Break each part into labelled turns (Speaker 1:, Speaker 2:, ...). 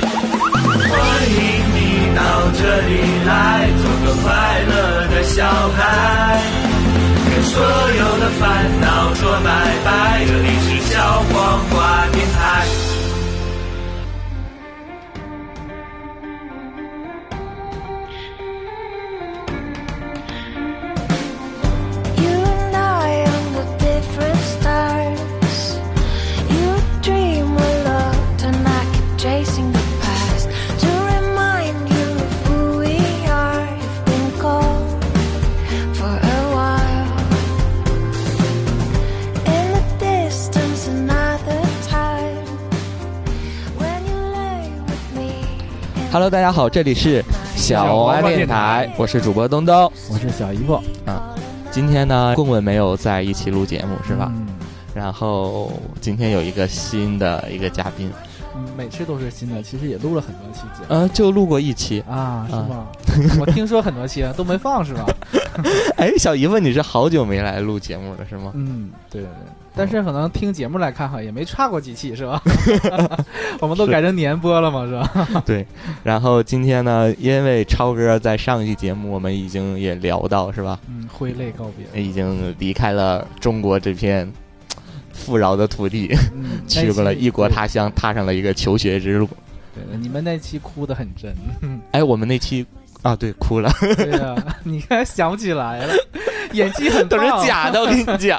Speaker 1: 欢迎你到这里来，做个快乐的小孩，跟所有的烦恼说拜拜。这里是小黄瓜电台。
Speaker 2: You and I on the different stars. You dream a lot, and I keep chasing the past to remind you of who we are. You've been gone for a while. In the distance, another time when you lay with me.
Speaker 3: Hello，大家好，这里是小王电台，我是主播东东。
Speaker 4: 我是小姨夫，
Speaker 3: 今天呢，棍棍没有在一起录节目是吧？
Speaker 4: 嗯
Speaker 3: 然后今天有一个新的一个嘉宾，
Speaker 4: 嗯每期都是新的，其实也录了很多期节目
Speaker 3: 嗯、就录过一期。
Speaker 4: 啊，是吗？ 我听说很多期了，都没放是吧？
Speaker 3: 哎，小姨问你是好久没来录节目了是吗？
Speaker 4: 嗯，对对对。但是可能听节目来看哈，也没差过几期是 吧？我们都
Speaker 3: 是
Speaker 4: 改成年播了嘛是吧？
Speaker 3: 对，然后今天呢，因为超哥在上一期节目我们已经也聊到是吧？
Speaker 4: 嗯，挥泪告别。
Speaker 3: 已经离开了中国这片富饶的土地，
Speaker 4: 嗯，
Speaker 3: 去过了异国
Speaker 4: 那期
Speaker 3: 他乡，踏上了一个求学之路。
Speaker 4: 对。对对，你们那期哭的很真，
Speaker 3: 哎，我们那期啊，对，哭了，
Speaker 4: 对啊， 你看想不起来了，演技 很
Speaker 3: 都是
Speaker 4: 棒
Speaker 3: 假的，我跟你 讲。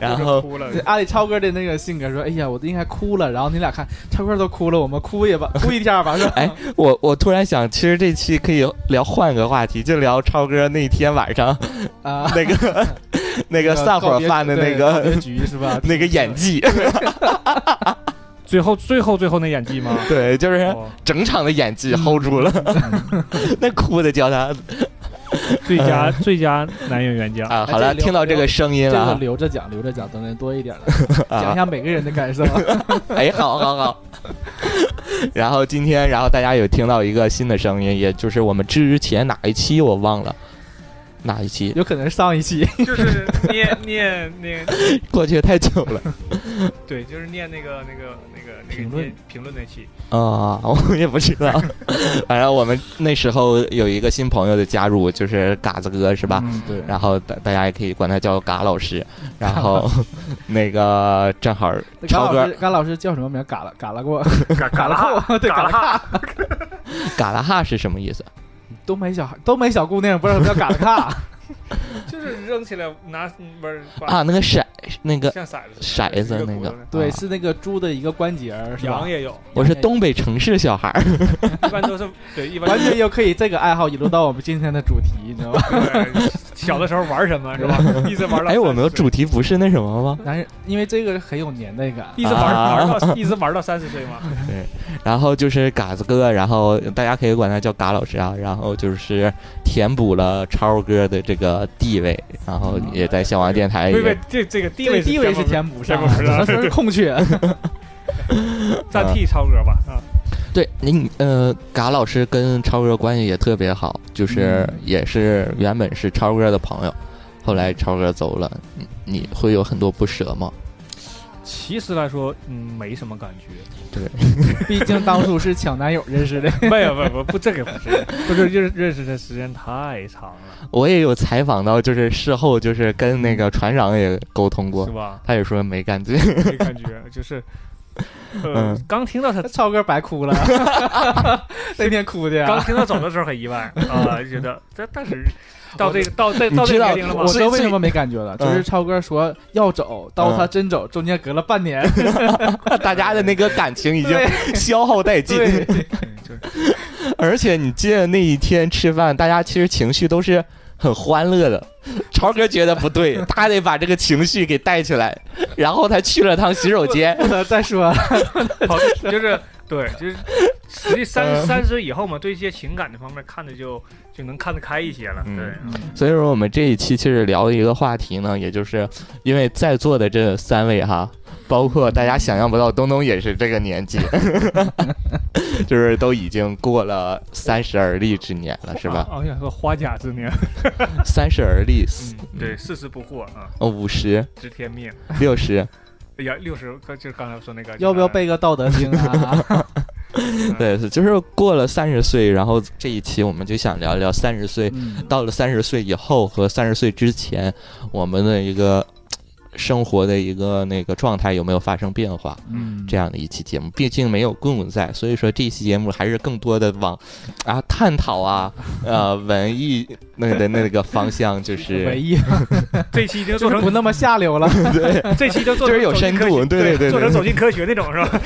Speaker 3: 然后
Speaker 5: 哭了
Speaker 4: 对阿里超哥的那个性格说：“哎呀，我都应该哭了。”然后你俩看超哥都哭了，我们哭也吧，哭一下吧，是吧？
Speaker 3: 哎，我我突然想，其实这期可以聊换个话题，就聊超哥那天晚上
Speaker 4: 啊，
Speaker 3: 那 个那个散伙饭的那
Speaker 4: 告别
Speaker 3: 个？
Speaker 4: 局是吧
Speaker 3: 那个演技，
Speaker 5: 最后最后最后那演技吗？
Speaker 3: 对，就是
Speaker 5: 哦
Speaker 3: 整场的演
Speaker 4: 嗯
Speaker 3: 技 hold 住了， 那哭的叫他
Speaker 5: 最佳最佳男演员奖，
Speaker 3: 啊！好了，
Speaker 4: 哎这留
Speaker 3: 听到这个声音
Speaker 4: 这
Speaker 3: 了
Speaker 4: 个
Speaker 3: 啊，
Speaker 4: 留着讲，留着讲，等人多一点了， 讲一
Speaker 3: 啊
Speaker 4: 下每个人的感受。啊
Speaker 3: 哎，好好 好。然后今天，然后大家有听到一个新的声音，也就是我们之前哪一期我忘了，哪一期
Speaker 4: 有可能是上一 期，
Speaker 5: 就是念念那个，
Speaker 3: 过去太久了
Speaker 5: 对，就是念那个那个那个
Speaker 4: 评论念
Speaker 5: 评论那期，
Speaker 3: 啊、我也不知道。反正我们那时候有一个新朋友的加入，就是嘎子哥是吧？
Speaker 4: 嗯，对
Speaker 3: 然后大大家也可以管他叫嘎老师，然后那个正好超
Speaker 4: 甘老
Speaker 3: 哥
Speaker 4: 师，甘老师叫什么名？嘎了，嘎 了过，嘎
Speaker 5: 嘎嘎
Speaker 4: 了过，对，嘎了卡。
Speaker 3: 嘎拉哈是什么意思？
Speaker 4: 东北小孩，东北小姑娘不知道什么叫嘎了 卡，
Speaker 5: 就是扔起来拿不是
Speaker 3: 啊，那个骰那个
Speaker 5: 像骰子
Speaker 3: 骰子那个，
Speaker 4: 对，
Speaker 3: 啊
Speaker 4: 是那个猪的一个关节儿，是吧
Speaker 5: 羊？也有，
Speaker 3: 我是东北城市小孩儿，
Speaker 5: 一般 都是对，一般
Speaker 4: 完全又可以这个爱好引入到我们今天的主题，你知道吧？
Speaker 5: 对小的时候玩什么是 吧？一直玩到
Speaker 3: 哎，我
Speaker 5: 30
Speaker 3: 们的主题不是那什么吗？
Speaker 4: 但是因为这个很有年代感，
Speaker 5: 一直玩
Speaker 3: 啊
Speaker 5: 玩到一直玩到三十岁嘛，
Speaker 3: 然后就是嘎子哥，然后大家可以管他叫嘎老师啊，然后就是填补了超哥的这个地位，然后也在小王电台
Speaker 5: 不不
Speaker 3: 也，
Speaker 5: 这这个地
Speaker 4: 这
Speaker 5: 位
Speaker 4: 个地位
Speaker 5: 是
Speaker 4: 是
Speaker 5: 填
Speaker 4: 填补上
Speaker 5: 填补不上
Speaker 3: 啊
Speaker 4: 的，是空缺。
Speaker 5: 补暂替超哥吧啊，
Speaker 3: 对您呃，嘎老师跟超哥关系也特别好，就是
Speaker 4: 嗯
Speaker 3: 也是原本是超哥的朋友，后来超哥走了，你你会有很多不舍吗？
Speaker 5: 其实来说，嗯，没什么感觉。
Speaker 4: 毕竟当初是抢男友认识的，
Speaker 5: 没有，没有，不，这个不是，不是认认识的时间太长了，
Speaker 3: 我也有采访到，就是事后就是跟那个船长也沟通过
Speaker 5: 是，吧？
Speaker 3: 他也说没感觉。
Speaker 5: 没感觉，就是，呃
Speaker 3: 嗯，
Speaker 5: 刚听到他，
Speaker 4: 超哥白哭了，那天哭的
Speaker 5: 刚
Speaker 4: 呀。
Speaker 5: 听到走的时候很意外啊，觉得这但 是到这个到这
Speaker 3: 你
Speaker 5: 到这
Speaker 3: 知
Speaker 5: 个
Speaker 3: 道
Speaker 5: 年龄了吗
Speaker 4: 我？知道为什么没感觉了，
Speaker 3: 最
Speaker 4: 就是超哥说要走，到
Speaker 3: 嗯
Speaker 4: 他真走，中间隔了半年，
Speaker 3: 大家的那个感情已经
Speaker 4: 对
Speaker 3: 消耗殆尽，
Speaker 4: 对，
Speaker 5: 嗯就是
Speaker 3: 而且你记得那一天吃饭，大家其实情绪都是很欢乐的。超哥觉得不 对，他得把这个情绪给带起来，然后他去了趟洗手间。
Speaker 4: 不能再说了。
Speaker 5: 好，就是对，就是实际三
Speaker 3: 嗯
Speaker 5: 三十岁以后嘛，对一些情感这方面看的就就能看得开一些了，
Speaker 3: 嗯
Speaker 5: 对。
Speaker 3: 所以说，我们这一期其实聊的一个话题呢，也就是因为在座的这三位哈，包括大家想象不到，东东也是这个年纪， 就是都已经过了三十而立之年了，是吧？
Speaker 5: 啊？我想说花甲之年，
Speaker 3: 三十而立，
Speaker 5: 嗯，对，四十不惑啊，
Speaker 3: 哦，五十、
Speaker 5: 知天命。
Speaker 3: 六十、
Speaker 5: 要六十，就是刚才说那个，
Speaker 4: 要不要背个《道德经》啊？
Speaker 3: 对，就是过了三十岁，然后这一期我们就想聊一聊三十岁
Speaker 4: 嗯
Speaker 3: 到了三十岁以后和三十岁之前，我们的一个嘖生活的一个那个状态有没有发生变化？
Speaker 4: 嗯，
Speaker 3: 这样的一期节目，毕竟没有棍棍在，所以说这一期节目还是更多的往啊探讨啊，呃文艺那个的那个方向，就
Speaker 4: 唯
Speaker 3: 是
Speaker 4: 一
Speaker 5: 啊这期已经
Speaker 4: 就
Speaker 5: 做
Speaker 4: 是
Speaker 5: 成
Speaker 4: 不那么下流了。
Speaker 3: 嗯
Speaker 5: 这期就做
Speaker 3: 就
Speaker 5: 成
Speaker 3: 是有
Speaker 5: 走进
Speaker 3: 深
Speaker 5: 科
Speaker 3: 度
Speaker 5: 学
Speaker 3: 对对
Speaker 5: 对
Speaker 3: 对
Speaker 5: 做成
Speaker 3: 对
Speaker 5: 走进科学那种是吧？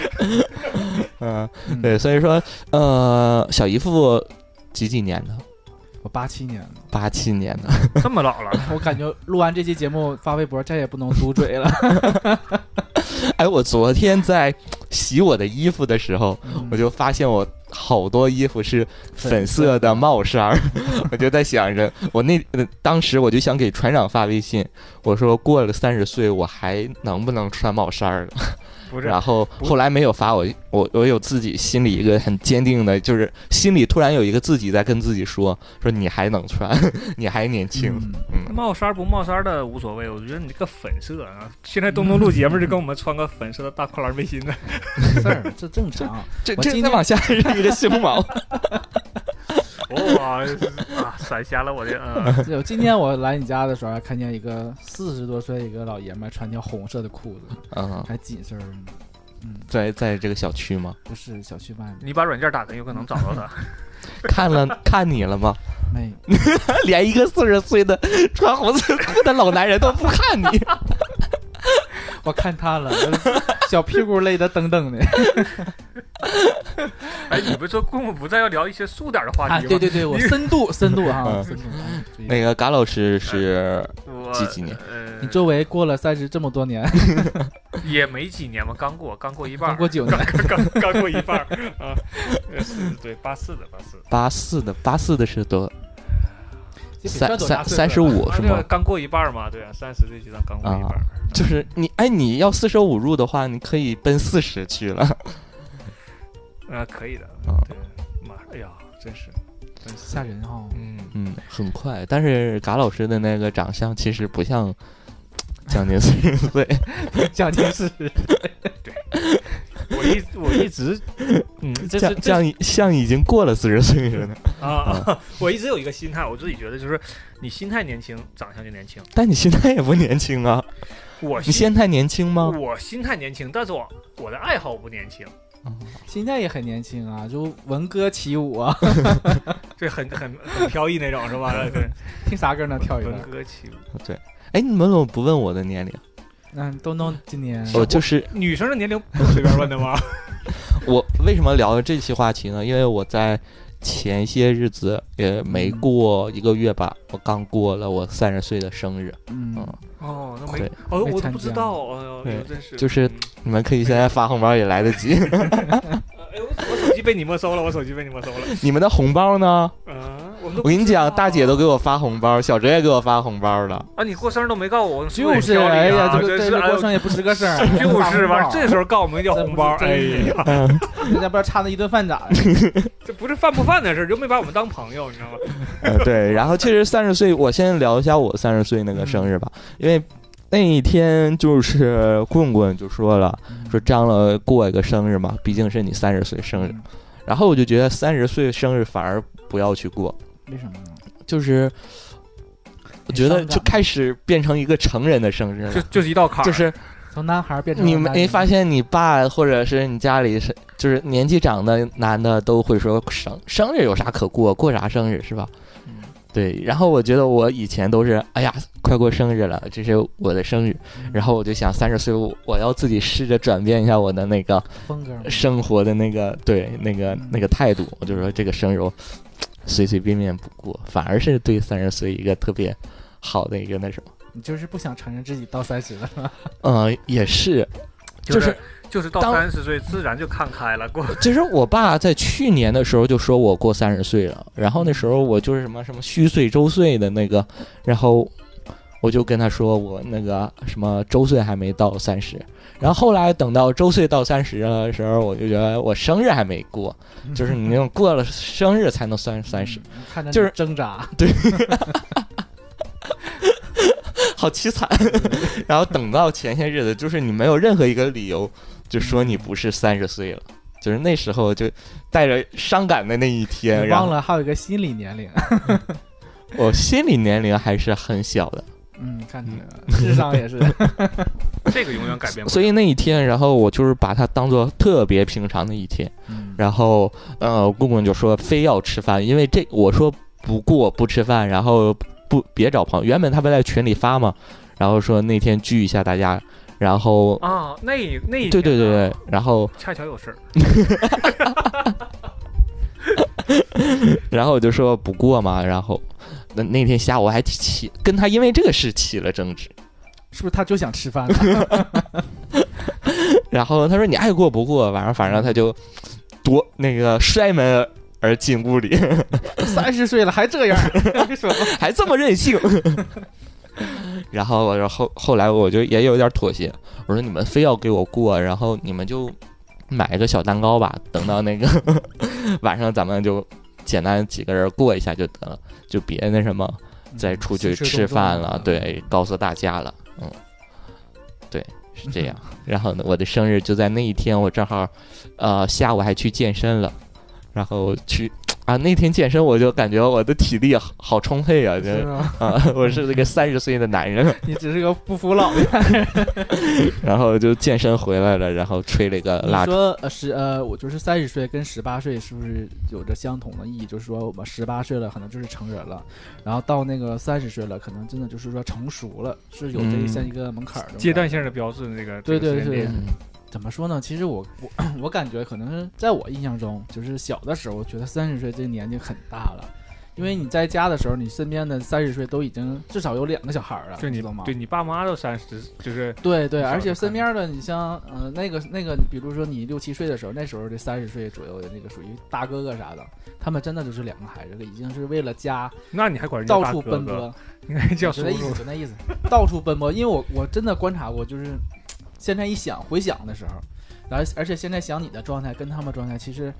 Speaker 3: 嗯、对，所以说呃小姨夫几几年的？
Speaker 4: 我八七年的，
Speaker 3: 八七年的，
Speaker 5: 这么老了，
Speaker 4: 我感觉录完这期节目发微博再也不能嘟嘴了。
Speaker 3: 哎，我昨天在洗我的衣服的时候，
Speaker 4: 嗯
Speaker 3: 我就发现我好多衣服是粉色的帽衫 儿，我就在想着，我那、呃当时我就想给船长发微信，我说过了三十岁我还能不能穿帽衫儿了？
Speaker 5: 不是
Speaker 3: 然后
Speaker 5: 不
Speaker 3: 后来没有发我，我我有自己心里一个很坚定的，就是心里突然有一个自己在跟自己说，说你还能穿， 你还年轻，
Speaker 4: 嗯
Speaker 3: 嗯，
Speaker 5: 帽衫不帽衫的无所谓，我觉得你这个粉色啊，现在东东录节目就跟我们穿个粉色的大跨栏背心的，
Speaker 4: 事儿这正常。
Speaker 3: 这
Speaker 4: 我
Speaker 3: 这
Speaker 4: 今
Speaker 3: 再
Speaker 4: 天
Speaker 3: 往下是一个 胸毛，
Speaker 5: 哇啊，闪瞎了我的，嗯，
Speaker 4: 就今天我来你家的时候，还看见一个四十多岁一个老爷们儿穿条红色的裤子，
Speaker 3: 嗯，
Speaker 4: 还紧身儿呢，
Speaker 3: 在在这个小区吗？
Speaker 4: 不是小区外面
Speaker 5: 你把软件打开，有可能找到他。
Speaker 3: 看了看你了吗？
Speaker 4: 没有。
Speaker 3: 连一个四十岁的穿红色裤的老男人都不看你。
Speaker 4: 我看他了， 小屁股勒得噔噔的。
Speaker 5: 哎，你不是说公公不再要聊一些素点的话
Speaker 4: 啊，
Speaker 5: 题吗？
Speaker 4: 对对对，我
Speaker 5: 你
Speaker 4: 深 度深度哈，
Speaker 3: 嗯
Speaker 4: 深度。哎注 意
Speaker 3: 那个嘎老师是
Speaker 5: 我
Speaker 3: 几几年
Speaker 5: 呃，
Speaker 4: 你周围过了三十这么多年，
Speaker 5: 也没几年嘛，刚过，刚过一半儿，
Speaker 4: 刚过九年，
Speaker 5: 刚刚刚过一半儿啊，呃是，对，八四的，八四。
Speaker 3: 八四的，八四的是多
Speaker 4: 这比
Speaker 3: 三
Speaker 4: 这多大
Speaker 3: 三
Speaker 4: 岁数
Speaker 3: 三十
Speaker 4: 了，
Speaker 3: 五
Speaker 5: 啊
Speaker 3: 是
Speaker 5: 这个
Speaker 3: 吗？
Speaker 5: 刚过一半儿嘛，对啊，三十岁就算刚过一半
Speaker 3: 啊
Speaker 5: 儿。
Speaker 3: 就是你哎，你要四舍五入的话，你可以奔四十去了。
Speaker 5: 啊，可以的
Speaker 3: 啊，
Speaker 5: 对，妈，哎呀，真是，真是，
Speaker 4: 吓人哈。
Speaker 5: 嗯，
Speaker 3: 嗯，很快。但是嘎老师的那个长相其实不 像将近四十岁。
Speaker 4: 蒋介石，
Speaker 5: 我一我 一直，嗯，这是
Speaker 3: 像
Speaker 5: 这是
Speaker 3: 像已像已经过了四十岁似的，
Speaker 5: 啊，啊 我一直有一个心态，我自己觉得就是，你心态年轻，长相就年轻。
Speaker 3: 但你现在也不年轻啊！
Speaker 5: 我
Speaker 3: 你
Speaker 5: 心
Speaker 3: 现在年轻吗？
Speaker 5: 我心态年轻，但是我我的爱好不年轻，
Speaker 4: 现在也很年轻啊，就闻歌起舞啊，
Speaker 5: 对，很很很飘逸那种 是吧？对，
Speaker 4: 听啥歌能跳一
Speaker 5: 文
Speaker 4: 段？
Speaker 5: 歌起舞。
Speaker 3: 哎，你们怎么不问我的年龄？
Speaker 4: 嗯，东东今年
Speaker 3: 我就是
Speaker 5: 女生的年龄不随便问的吗？
Speaker 3: 我为什么聊这期话题呢？因为我在前些日子也没过一个月吧，我刚过了我三十岁的生日。
Speaker 4: 嗯
Speaker 3: 嗯，
Speaker 5: 哦，那没
Speaker 3: 对，
Speaker 5: 哦，
Speaker 4: 没
Speaker 5: 我都
Speaker 4: 参
Speaker 5: 不知
Speaker 4: 加
Speaker 5: 道，哦，
Speaker 3: 对
Speaker 5: 呦真是，
Speaker 3: 就是
Speaker 5: 嗯
Speaker 3: 你们可以现在发红包也来得及。
Speaker 5: 哎，我我手机被你没收了，我手机被你没收了。
Speaker 3: 你们的红包呢？
Speaker 5: 嗯，我们都
Speaker 3: 我跟你讲，大姐都
Speaker 5: 给
Speaker 3: 给我发红包，小哲也给我发红包了。
Speaker 5: 啊，你过生日都没告我，我
Speaker 4: 就
Speaker 5: 很
Speaker 4: 是
Speaker 5: 挑理啊
Speaker 4: 哎呀，这
Speaker 5: 真
Speaker 4: 个这
Speaker 5: 是
Speaker 4: 个
Speaker 5: 哎
Speaker 4: 过
Speaker 5: 呦
Speaker 4: 生也不值个声儿，
Speaker 5: 就是
Speaker 4: 吧
Speaker 5: 吧，？这时候告我们叫
Speaker 4: 这
Speaker 5: 红包，
Speaker 4: 这
Speaker 5: 哎呀，
Speaker 4: 人家不知道差那一顿饭咋的。
Speaker 5: 这不是犯不犯的事儿，就没把我们当朋友，你知道吗？
Speaker 3: 呃，对， 然后其实三十岁，我先聊一下我三十岁那个生日吧，因为那一天就是棍棍就说了，
Speaker 4: 嗯
Speaker 3: 说张了过一个生日嘛，毕竟是你三十岁生日。
Speaker 4: 嗯
Speaker 3: 然后我就觉得三十岁生日反而不要去过，
Speaker 4: 为什么呢？
Speaker 3: 就是我觉得
Speaker 4: 伤感
Speaker 3: 就开始变成一个成人的生日
Speaker 5: 就
Speaker 3: 了，
Speaker 5: 就是一道坎 儿，
Speaker 3: 就是
Speaker 4: 从男孩变成
Speaker 3: 你
Speaker 4: 男人
Speaker 3: 没发现你爸或者是你家里是就是年纪长的男的都会说生生日有啥可过，过啥生日是吧？对，然后我觉得我以前都是，哎呀，快过生日了，这是我的生日，
Speaker 4: 嗯
Speaker 3: 然后我就想三十岁我我要自己试着转变一下我的那个
Speaker 4: 风格吗？
Speaker 3: 生活的那个对那个
Speaker 4: 嗯
Speaker 3: 那个态度，我就说这个生日我随随便便不过，反而是对三十岁一个特别好的一个那什么，
Speaker 4: 你就是不想承认自己到三十 了，
Speaker 3: 嗯，也是，
Speaker 5: 就
Speaker 3: 就是
Speaker 5: 就是到
Speaker 3: 当
Speaker 5: 三十岁自然就看开了，过
Speaker 3: 其实我爸在去年的时候就说我过三十岁了，然后那时候我就是什么什么虚岁周岁的那个，然后我就跟他说我那个什么周岁还没到三十，然后后来等到周岁到三十的时候，我就觉得我生日还没过，就是你那种过了生日才能算三十，
Speaker 4: 嗯，看着你
Speaker 3: 就是
Speaker 4: 挣扎，
Speaker 3: 好凄惨。 然后等到前些日子，就是你没有任何一个理由就说你不是三十岁了，就是那时候就带着伤感的那一天，
Speaker 4: 你
Speaker 3: 然
Speaker 4: 忘
Speaker 3: 后
Speaker 4: 了还有一个心理年 龄。
Speaker 3: 我心理年龄还是很小的，
Speaker 4: 嗯，看你智商也
Speaker 3: 嗯
Speaker 4: 是，
Speaker 5: 这个永远改变不了。
Speaker 3: 所以那一天，然后我就是把它当做特别平常的一天。
Speaker 4: 嗯
Speaker 3: 然后呃，公公就说非要吃饭，因为这我说不过不吃饭，然后不别找朋友。原本他不在群里发嘛，然后说那天聚一下大家，然后
Speaker 5: 啊，那那一
Speaker 3: 对对对
Speaker 5: 天啊
Speaker 3: 对，，然后
Speaker 5: 恰巧有事儿，
Speaker 3: 然后我就说不过嘛，然后那那天下午我还起跟他因为这个事起了争执，
Speaker 4: 是不是他就想吃饭呢？
Speaker 3: 然后他说你爱过不过，晚上反正他就夺那个摔门而进屋里，
Speaker 4: 三十岁了还这样， 说
Speaker 3: 还这么任性。然后我说后后来我就也有点妥协，我说你们非要给我过，然后你们就买一个小蛋糕吧，等到那个 晚上咱们就简单几个人过一下就得了，就别那什么再出去吃饭
Speaker 4: 嗯
Speaker 3: 了，，对，告诉大家了，嗯，对，是 这样。然后呢，我的生日就在那一天，我正好，呃，下午还去健身了，然后去啊，那天健身我就感觉我的体力好好充沛啊，就是
Speaker 4: 吗？
Speaker 3: 啊，我是这 个三十岁的男人，
Speaker 4: 你只是个不 服老的。
Speaker 3: 然后就健身回来了，然后吹了一个
Speaker 4: 你
Speaker 3: 蜡烛，
Speaker 4: 说呃十呃，我就是三十岁跟十八岁是不是有着相同的意义？就是说我们十八岁了，可能就是成人了，然后到那个三十岁了，可能真的就是说成熟了，是有这
Speaker 3: 嗯
Speaker 4: 像一个门槛儿的
Speaker 5: 阶段性的标志，那个
Speaker 4: 对
Speaker 5: 这个
Speaker 4: 对
Speaker 5: 时间
Speaker 4: 对
Speaker 5: 点
Speaker 3: 嗯
Speaker 4: 怎么说呢？其实我我我感觉可能是在我印象中，就是小的时候觉得三十岁这个年纪很大了，因为你在家的时候，你身边的三十岁都已经至少有两个小孩儿了，
Speaker 5: 就
Speaker 4: 你
Speaker 5: 你
Speaker 4: 知道吗？
Speaker 5: 对你爸妈都三十，就是
Speaker 4: 对对，
Speaker 5: 小
Speaker 4: 而
Speaker 5: 就
Speaker 4: 且身
Speaker 5: 看
Speaker 4: 边的你像呃那个那个，比如说你六七岁的时候，那时候这三十岁左右的那个属于大哥哥啥的，他们真的就是两个孩子了，已经是为了家
Speaker 5: 那你还管人家
Speaker 4: 到
Speaker 5: 大
Speaker 4: 处
Speaker 5: 哥
Speaker 4: 奔
Speaker 5: 哥？
Speaker 4: 波，
Speaker 5: 应该 叫
Speaker 4: 就
Speaker 5: 叔
Speaker 4: 那意
Speaker 5: 叔
Speaker 4: 思，。就那意思，到处奔波。因为我我真的观察过，就是现在一想回想的时候，然后而且现在想你的状态跟他们状态其实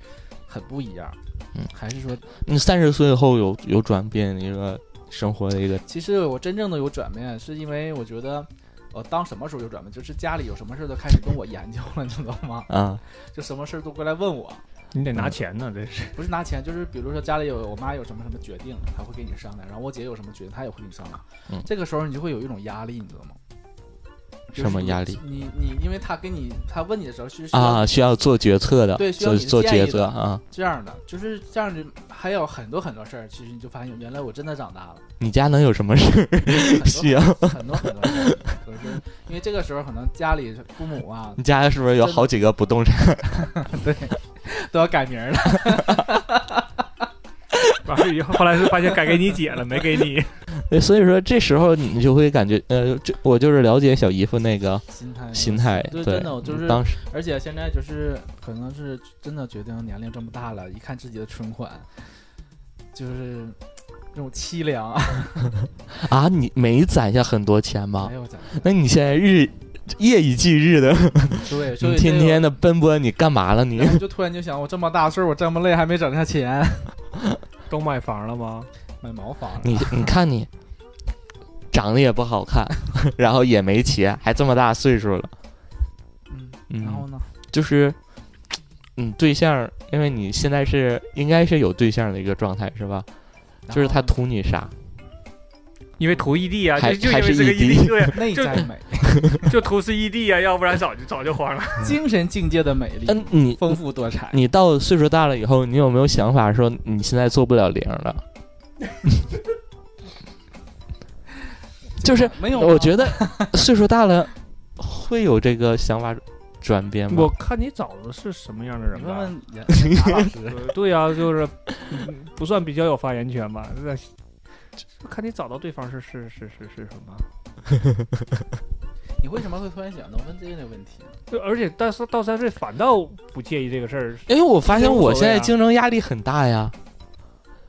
Speaker 4: 很不一样，
Speaker 3: 嗯，
Speaker 4: 还是说
Speaker 3: 你三十岁后有有转变一个生活的一个，
Speaker 4: 其实我真正的有转变，是因为我觉得。我当什么时候有转变？就是家里有什么事儿都开始跟我研究了，你知道吗？
Speaker 3: 啊，
Speaker 4: 就什么事儿都过来问我，
Speaker 5: 你得
Speaker 4: 嗯
Speaker 5: 拿钱呢，这是
Speaker 4: 不是拿钱，就是比如说家里有我妈有什么什么决定，她会跟你商量，然后我姐有什么决定，她也会跟你商量。
Speaker 3: 嗯
Speaker 4: 这个时候你就会有一种压力，你知道吗？就是
Speaker 3: 什么压力？
Speaker 4: 你你因为她跟你她问你的时候是需要
Speaker 3: 啊，需要做决策的，
Speaker 4: 对需
Speaker 3: 做
Speaker 4: 要你的
Speaker 3: 做
Speaker 4: 建议
Speaker 3: 抉
Speaker 4: 的
Speaker 3: 择啊。
Speaker 4: 这样的，就是这样的，还有很多很多事儿，其实你就发现原来我真的长大了，
Speaker 3: 你家能有什么事 儿
Speaker 4: 很多
Speaker 3: 需要？
Speaker 4: 很多很多事儿，就是因为这个时候可能家里父母 啊
Speaker 3: 你家是不是有好几个不动产？
Speaker 4: 都要改名儿了，
Speaker 5: 完事以后，后来是发现改给你姐了，没给你。
Speaker 3: 对，所以说这时候你就会感觉，呃，这我就是了解小姨夫那个
Speaker 4: 心态
Speaker 3: 心态，
Speaker 4: 对
Speaker 3: 对，
Speaker 4: 真的我就是
Speaker 3: 当时
Speaker 4: 而且现在就是可能是真的决定年龄这么大了，一看自己的存款，就是那种凄凉啊！
Speaker 3: 啊，你没攒下很多钱吗
Speaker 4: 没？有攒，
Speaker 3: 那你现在日夜以继日的，
Speaker 4: 对，所以
Speaker 3: 你天
Speaker 4: 这个
Speaker 3: 天的奔波，你干嘛了你？
Speaker 4: 然后我就突然就想，我这么大岁数，我这么累，还没整下钱，
Speaker 5: 都买房了吗？
Speaker 4: 买毛房了。
Speaker 3: 你你看你，长得也不好看， 然后也没钱，还这么大岁数了，
Speaker 4: 嗯，然后
Speaker 3: 嗯，
Speaker 4: 呢？
Speaker 3: 就是，嗯，对象，因为你现在是应该是有对象的一个状态是吧？嗯就是他
Speaker 4: 然后
Speaker 3: 图你啥？
Speaker 5: 因为图异地啊，
Speaker 3: 还
Speaker 5: 就就
Speaker 3: 还
Speaker 5: 因为
Speaker 3: 是 E
Speaker 5: 这个
Speaker 3: 异
Speaker 5: 异
Speaker 3: 地
Speaker 5: 地，对，
Speaker 4: 内
Speaker 5: 就
Speaker 4: 在美，
Speaker 5: 就图是异地啊，要不然早就早就黄了。
Speaker 4: 精神境界的美丽，
Speaker 3: 嗯，你
Speaker 4: 丰富多彩。
Speaker 3: 你到岁数大了以后，你有没有想法说你现在做不了零了？ 就是
Speaker 4: 没有
Speaker 3: 嗯
Speaker 4: 吗，啊
Speaker 3: 我觉得岁数大了会有这个想法转变吗？
Speaker 5: 我看你找的是什么样的人
Speaker 4: 你问
Speaker 5: 吧。
Speaker 4: 问啊严严达老 师，
Speaker 5: 呃对呀、就是嗯不算比较有发言权吧。那就看你找到对方是是是是是什么。
Speaker 4: 你为什么会突然想到问这个问题呢？啊
Speaker 5: 就而且但是到三岁反倒不介意这个事儿，
Speaker 3: 因为我发现
Speaker 5: 无所
Speaker 3: 我
Speaker 5: 谓
Speaker 3: 现在
Speaker 5: 啊
Speaker 3: 竞争压力很大呀，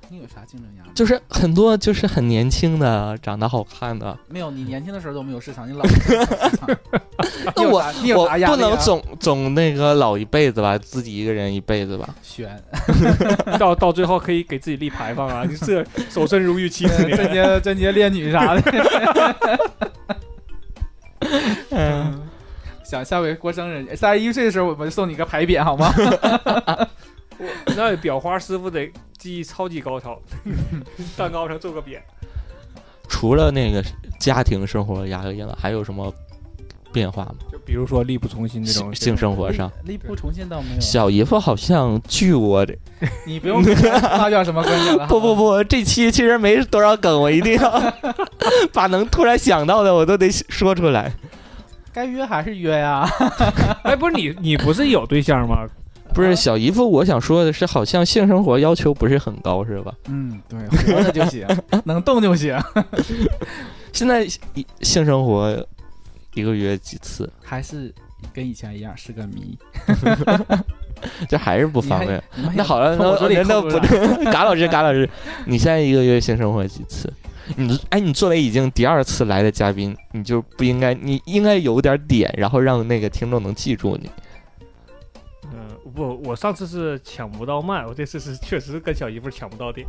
Speaker 4: 你有啥竞争压力？
Speaker 3: 就是很多就是很年轻的、长得好看的，
Speaker 4: 没有，你年轻的时候都没有市场，你 老了就有市场。你
Speaker 3: 那
Speaker 4: 有
Speaker 3: 我
Speaker 4: 啥你有
Speaker 3: 我
Speaker 4: 啥压力啊
Speaker 3: 不能总总那个老一辈子吧，自己一个人一辈子吧。
Speaker 4: 悬，
Speaker 5: 到到最后可以给自己立牌坊啊，你这守身如玉七十
Speaker 4: 贞
Speaker 5: 年。
Speaker 4: 洁贞洁烈女啥的，嗯想下回过生日，三十一岁的时候我们送你个牌匾好吗？
Speaker 5: 那裱花师傅得技艺超级高超， 蛋糕上做个 匾，
Speaker 3: 除了那个家庭生活压力了，还有什么变化吗？
Speaker 5: 就比如说力不从心这种
Speaker 3: 性性生活 上，
Speaker 4: 力不从心倒没有，
Speaker 3: 嗯小姨夫好像据我这
Speaker 4: 你不用 发表什么观点了。
Speaker 3: 不不不，这期其实没多少梗，我一定要 把能突然想到的我都得说出来。
Speaker 4: 该约还是约呀、
Speaker 5: 哎，不是你，你不是有对象吗？
Speaker 3: 不是小姨夫，我想说的是，好像性生活要求不是很高，是吧？
Speaker 4: 嗯，对，活着就 行，能动就行，
Speaker 3: 现在一性生活一个月几次，
Speaker 4: 还是跟以前一样是个谜。
Speaker 3: 这还是不
Speaker 4: 不
Speaker 3: 方便。，
Speaker 4: 你还
Speaker 3: 那好了，
Speaker 4: 从我
Speaker 3: 那
Speaker 4: 嘴里
Speaker 3: 那那
Speaker 4: 抠
Speaker 3: 不
Speaker 4: 出 来
Speaker 3: 嘎老师，嘎老师，你现在一个月性生活几次？你哎，你作为已经第二次来的嘉宾，你就不应该，你应该有点点，然后让那个听众能记住你。
Speaker 5: 嗯、不，我上次是抢不到麦，我这次是确实跟小姨夫抢不到点。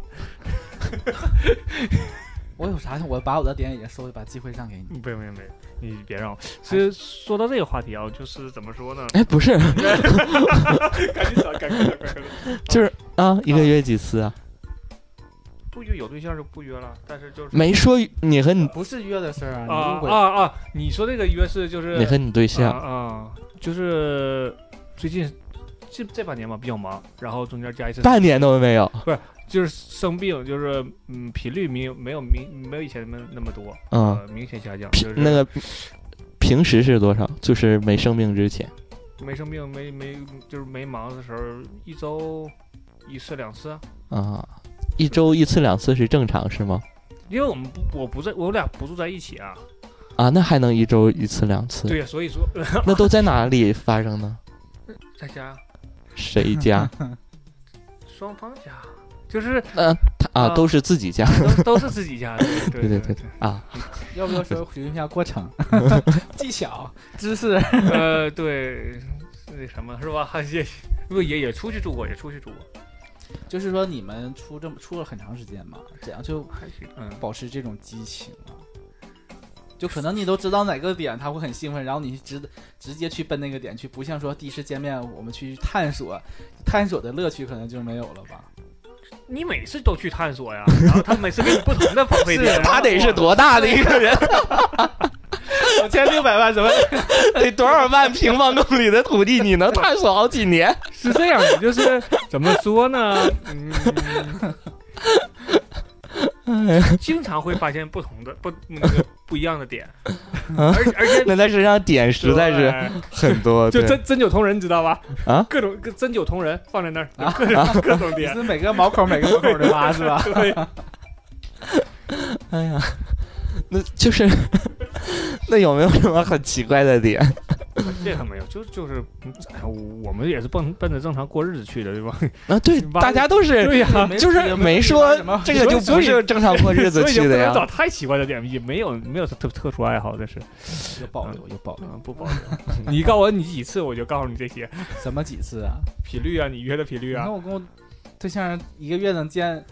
Speaker 4: 我有啥？我把我的点已经收了，把机会让给你。
Speaker 5: 嗯没有没有没有，你别让我。其实说到这个话题啊，就是怎么说呢？
Speaker 3: 哎，不是，
Speaker 5: 赶紧找，赶紧找， 赶紧找。
Speaker 3: 就是啊，一个月几次啊？
Speaker 5: 不约有对象就不约了，但是就是
Speaker 3: 没说你和你，
Speaker 4: 嗯不是约的事儿啊，你
Speaker 5: 啊
Speaker 4: 误会。
Speaker 5: 啊啊！你说这个约是就是
Speaker 3: 你和你对象，
Speaker 5: 啊啊，就是最近这这半年吧比较忙，然后中间加一次
Speaker 3: 半年都没有。
Speaker 5: 就是生病，就是嗯频率没有没有明没有以前那么那么多，
Speaker 3: 嗯
Speaker 5: 呃，明显下降，
Speaker 3: 平
Speaker 5: 就是
Speaker 3: 那个平时是多少？就是没生病之前，
Speaker 5: 没生病没没就是没忙的时候，一周一次两次，
Speaker 3: 啊，一周一次两次是正常是吗？
Speaker 5: 因为我们不我不在我俩不住在一起啊，
Speaker 3: 啊，那还能一周一次两次？
Speaker 5: 对啊呀，所以说
Speaker 3: 那都在哪里发生呢？
Speaker 5: 在家
Speaker 3: 谁家？
Speaker 5: 双方家就是
Speaker 3: 那他啊，
Speaker 5: 啊
Speaker 3: 都是自己家
Speaker 5: 都都是自己家的，对
Speaker 3: 对对
Speaker 5: 对
Speaker 3: 对啊。
Speaker 4: 要不要说回应一下过 程、技巧、知识？
Speaker 5: 呃，对，那什么是吧？ 也不也也出去住过，也出去住过，
Speaker 4: 就是说你们出这么出了很长时间嘛，这样就
Speaker 5: 还行。嗯，
Speaker 4: 保持这种激情啊。就可能你都知道哪个点他会很兴奋，然后你直直接去奔那个点去，不像说第一次见面我们去探索，探索的乐趣可能就没有了吧。
Speaker 5: 你每次都去探索呀，然后他每次给你不同的反馈点，然后
Speaker 3: 他得是多 大的一个人？
Speaker 4: 五千六百 万什么？
Speaker 3: 得多少万平方公里的土地，你能探索好几年？
Speaker 5: 是这样的，就是怎么说呢？嗯，嗯 经常会发现不同的不那个不一样的点，而而且 哎
Speaker 3: 那在身上点啊 实在是很多，
Speaker 5: 就
Speaker 3: 对
Speaker 5: 针针灸同人，你知道吧？
Speaker 3: 啊，
Speaker 5: 各种各针灸同人放在那儿
Speaker 4: 啊，
Speaker 5: 各种各种
Speaker 4: 你
Speaker 5: 点，
Speaker 4: 是每个毛孔每个毛孔的挖是吧？
Speaker 5: 对，
Speaker 3: 哎呀，那就是 那有没有什么很奇怪的点？
Speaker 5: 这个没有，就就是，哎呀，我们也是奔奔着正常过日子去的， 对吧？
Speaker 3: 啊，对，
Speaker 5: 挖
Speaker 3: 大家都是
Speaker 5: 对呀、
Speaker 4: 没
Speaker 3: 就是没说
Speaker 4: 什么
Speaker 3: 这个就
Speaker 5: 所
Speaker 3: 不
Speaker 5: 以
Speaker 3: 是正常过日子
Speaker 5: 所以就
Speaker 3: 去
Speaker 5: 不
Speaker 3: 的
Speaker 5: 能找
Speaker 3: 呀。
Speaker 5: 太奇怪的点，也没有没有特特殊爱好，这是，
Speaker 4: 有保留有保留，
Speaker 5: 嗯，不保留。 你告诉我你几次，我就告诉你这些
Speaker 4: 怎么几次啊？
Speaker 5: 频率啊，你约的频率
Speaker 4: 你
Speaker 5: 啊
Speaker 4: 看，我跟我对象一个月能见，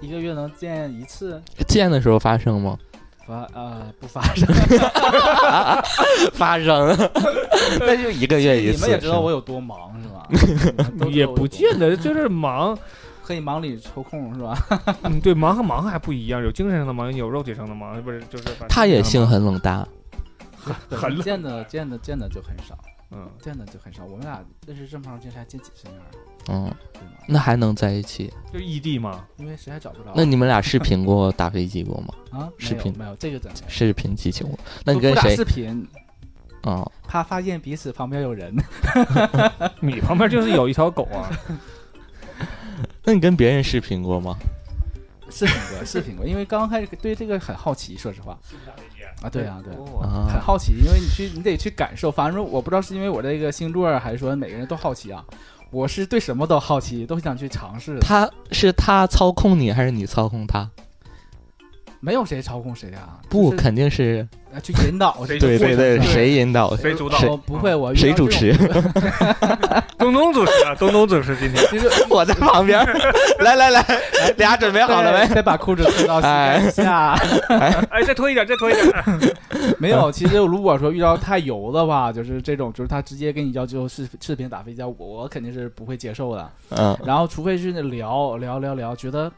Speaker 4: 一个月能见一次，
Speaker 3: 见的时候发生吗？
Speaker 4: 发呃不发 生。
Speaker 3: 发生，那就 一个月一
Speaker 4: 你
Speaker 3: 次。
Speaker 4: 们也知道我有多忙是吧？你们都知道我有多忙
Speaker 5: 也不见得就是忙，
Speaker 4: 可以忙里抽空是吧？
Speaker 5: 嗯，对，忙和忙还不一样，有精神上的忙，有肉体上的忙，不是就是反正
Speaker 3: 他也性很冷淡，
Speaker 5: 很冷，
Speaker 4: 见的见的见的就很少，
Speaker 5: 嗯，
Speaker 4: 见的就很少。我们俩认识这么长时间，才见几次面儿，
Speaker 3: 嗯，
Speaker 4: 对吗？
Speaker 3: 那还能在一起？
Speaker 5: 嗯就异地嘛，
Speaker 4: 因为实在找不着。
Speaker 3: 那你们俩视频过打飞机过吗？
Speaker 4: 啊，
Speaker 3: 视频
Speaker 4: 没有没有这个真没有。
Speaker 3: 视频激情过？那你
Speaker 4: 都
Speaker 3: 跟
Speaker 4: 不打
Speaker 3: 谁
Speaker 4: 视？频，
Speaker 3: 哦，
Speaker 4: 怕发现彼此旁边有人。
Speaker 5: 你旁边就是有一条狗 啊，
Speaker 3: 那你跟别人视频过吗？
Speaker 4: 视频过，视频过，因为刚开始对这个很好奇，说实话啊，对啊，对啊，很
Speaker 3: 啊，
Speaker 4: 好奇，因为你去，你得去感受。反正我不知道是因为我这个星座，啊还是说每个人都好奇啊。我是对什么都好奇，都想去尝试的。
Speaker 3: 他是他操控你还是你操控他？
Speaker 4: 没有谁操控谁啊，
Speaker 3: 不，
Speaker 4: 就是
Speaker 3: 肯定是
Speaker 4: 呃去引导这个
Speaker 3: 对
Speaker 5: 谁
Speaker 3: 对对，
Speaker 5: 对
Speaker 3: 谁引导
Speaker 5: 谁主导？
Speaker 4: 我不会，我遇到
Speaker 3: 谁
Speaker 4: 这种
Speaker 3: 主持，
Speaker 5: 东东主持啊，东东主持今天。
Speaker 4: 就是
Speaker 3: 我在旁边儿。来来来，俩准备好了
Speaker 4: 对
Speaker 3: 没？
Speaker 4: 再把裤子脱到膝盖 以下。
Speaker 5: 哎，再拖一点，再拖一点。
Speaker 4: 没有，其实如果说遇到太油的话，就是这种，就是他直接跟你要求视视频打飞机，我我肯定是不会接受的。
Speaker 3: 嗯，
Speaker 4: 然后除非是聊聊聊聊，觉得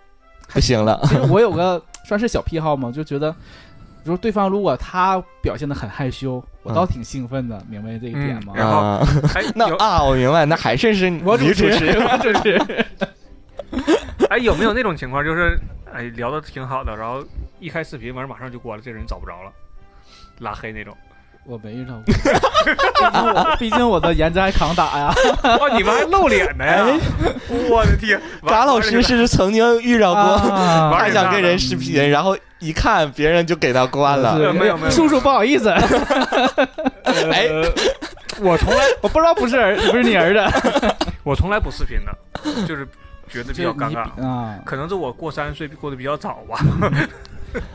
Speaker 3: 不行了，
Speaker 4: 其实我有个 算是小癖好嘛，就觉得，如果对方如果他表现的很害羞，
Speaker 3: 嗯
Speaker 4: 我倒挺兴奋的，明白这一点吗？
Speaker 5: 嗯然后
Speaker 3: 啊
Speaker 5: 哎，
Speaker 3: 那
Speaker 5: 有
Speaker 3: 啊，我明白，那还是是你
Speaker 4: 我主
Speaker 3: 主
Speaker 4: 持，
Speaker 3: 持。
Speaker 4: 我主持，
Speaker 5: 哎有没有那种情况，就是哎聊的挺好的，然后一开视频完马上就关了，这人找不着了，拉黑那 种。
Speaker 4: 我没遇到过，毕竟我毕竟我的颜值还扛 打呀。
Speaker 5: 哦，你们还露脸呢呀？我的天，完
Speaker 3: 贾哎老师是曾经遇到过，
Speaker 4: 啊
Speaker 5: 玩
Speaker 3: 他想跟人视频，然后一看别人就给他关了。
Speaker 4: 是哎
Speaker 5: 没有没有
Speaker 4: 叔叔不好意思，
Speaker 3: 哎，
Speaker 5: 我从来
Speaker 4: 我不知道不是儿不是你儿子，
Speaker 5: 我从来不视频 的，就是觉 得比较尴尬。
Speaker 4: 啊。
Speaker 5: 可能是我过三十岁过得比较早吧，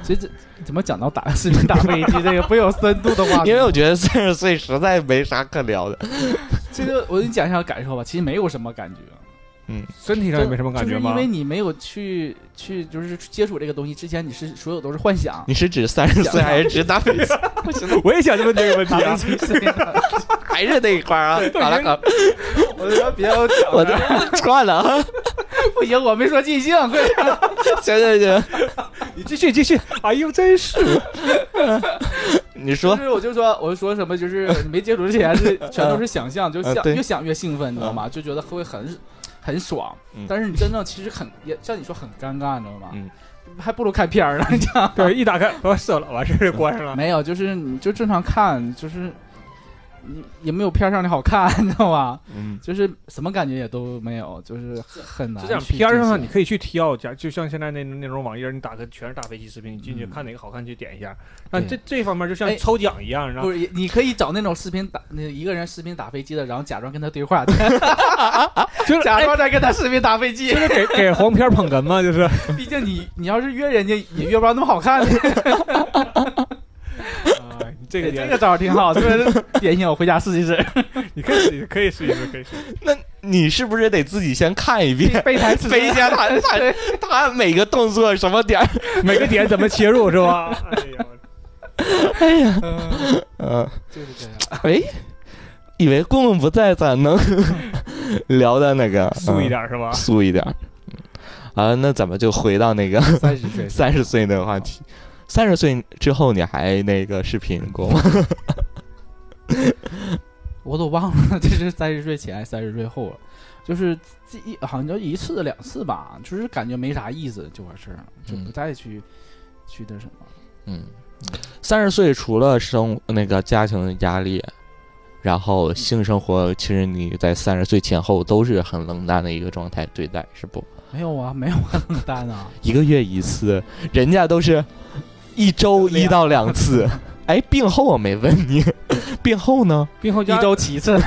Speaker 4: 这这怎么讲到打视频打飞机这个不有深度的话 题？
Speaker 3: 因为我觉得四十岁实在没啥可聊的。
Speaker 4: 这个我给你讲一下感受吧，其实没有什么感觉，
Speaker 5: 身体
Speaker 4: 就是因为你没有去去就是接触这个东西之前，你是所有都是幻想。
Speaker 3: 你是指三十岁还是指打飞机？
Speaker 5: 我也想问这个问题
Speaker 4: 打飞 机是啊 那个
Speaker 3: 还是那一块儿啊？好了，好了
Speaker 4: 我就说别让我讲
Speaker 3: 我
Speaker 4: 了，
Speaker 3: 都串了啊！
Speaker 4: 不行，我没说尽兴，啊快点
Speaker 3: 行行行，
Speaker 5: 你继续继续。哎呦，真是
Speaker 3: 你
Speaker 4: 就
Speaker 3: 说
Speaker 4: 是我就说，我就说什么，就是你没接触之前是全都是想象，就
Speaker 3: 嗯
Speaker 4: 想
Speaker 3: 对
Speaker 4: 越想越兴奋，你知道吗？就觉得会很很爽
Speaker 3: 嗯，
Speaker 4: 但是你真正其实很也像你说很尴尬，你知道吗
Speaker 3: 嗯？
Speaker 4: 还不如看片儿呢，你知 道吗
Speaker 5: 对，一打开完事了，完事儿关上了。
Speaker 4: 没有，就是你就正常看，就是你也没有片儿上的好看，你知道吧？
Speaker 3: 嗯，
Speaker 4: 就是什么感觉也都没有，就是很难
Speaker 5: 啊就
Speaker 4: 去进行。
Speaker 5: 这样，片儿上你可以去挑，假就像现在那那种网页，你打开全是大飞机视频，你进去
Speaker 4: 嗯
Speaker 5: 看哪个好看就点一下。那这
Speaker 4: 对
Speaker 5: 这方面就像
Speaker 4: 哎
Speaker 5: 抽奖一样，然
Speaker 4: 不
Speaker 5: 后
Speaker 4: 是也你可以找那种视频打那一个人视频打飞机的，然后假装跟他对 话，哎
Speaker 5: 就是
Speaker 4: 假装在跟他视频打飞机
Speaker 5: 就。是给给黄片捧哏嘛，就是。
Speaker 4: 毕竟你你要是约人家也约不着那么好看 的，
Speaker 5: 啊哎这
Speaker 4: 这
Speaker 5: 个
Speaker 4: 个招儿挺好，就是点醒我回家试一 试，
Speaker 5: 你可以试一试，可以试一试，可以试一试。
Speaker 3: 那你是不是得自己先看一 遍？
Speaker 4: 备胎试
Speaker 3: 飞一下他他他每个动作什么点儿？
Speaker 5: 每个点怎么切入是吧？哎呀，
Speaker 3: 嗯，
Speaker 4: 就是这样。
Speaker 3: 哎，以为公公不在，咋能 聊的那个
Speaker 5: 素
Speaker 3: 点，
Speaker 5: 一点是吧
Speaker 3: 嗯？素一点儿？嗯啊，那咱们就回到那个
Speaker 4: 三十岁，
Speaker 3: 三十岁那个话题。三十岁之后，你还那个视频过吗？
Speaker 4: 我都忘了 这是三十岁前三十岁后了，就是这一好像就一次两次吧，就是感觉没啥意思，就完事儿了，就
Speaker 3: 嗯
Speaker 4: 不再去、去那什么。
Speaker 3: 嗯，三十岁除了生那个家庭的压力，然后性生活，其实你在三十岁前后都是很冷淡的一个状态对待，是不？
Speaker 4: 没有啊，没有啊， 冷淡啊，
Speaker 3: 一个月一次，人家都是一周一到两次。哎，病后我没问你，病后 呢？
Speaker 5: 病后
Speaker 4: 一周七次。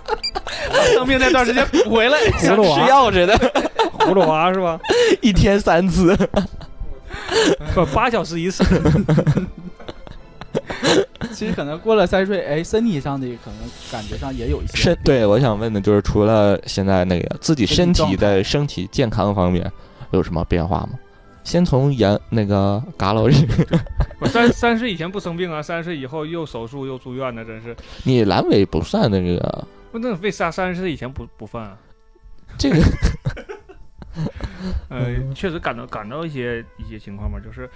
Speaker 4: 生病那段时间补回来，
Speaker 5: 葫芦
Speaker 3: 吃
Speaker 5: 娃，
Speaker 3: 药似的，
Speaker 5: 葫芦娃啊是 吧？
Speaker 3: 一天三 次。
Speaker 5: 不，八小时一次。
Speaker 4: 其实可能过了三十岁，哎，身体上的可能感觉上也有一些
Speaker 3: 身对，我想问的就是，除了现在那个自己身体的身体健康方面有什么变化吗？先从严那个嘎老师，
Speaker 5: 我三三十岁以前不生病啊，三十岁以后又手术又住院的，真是。
Speaker 3: 你阑尾不算那个啊
Speaker 5: 不，那为啥三十岁以前不不犯啊？
Speaker 3: 这 个，
Speaker 5: 呃，
Speaker 4: 嗯
Speaker 5: 确实感到感到一些一些情况吧，就是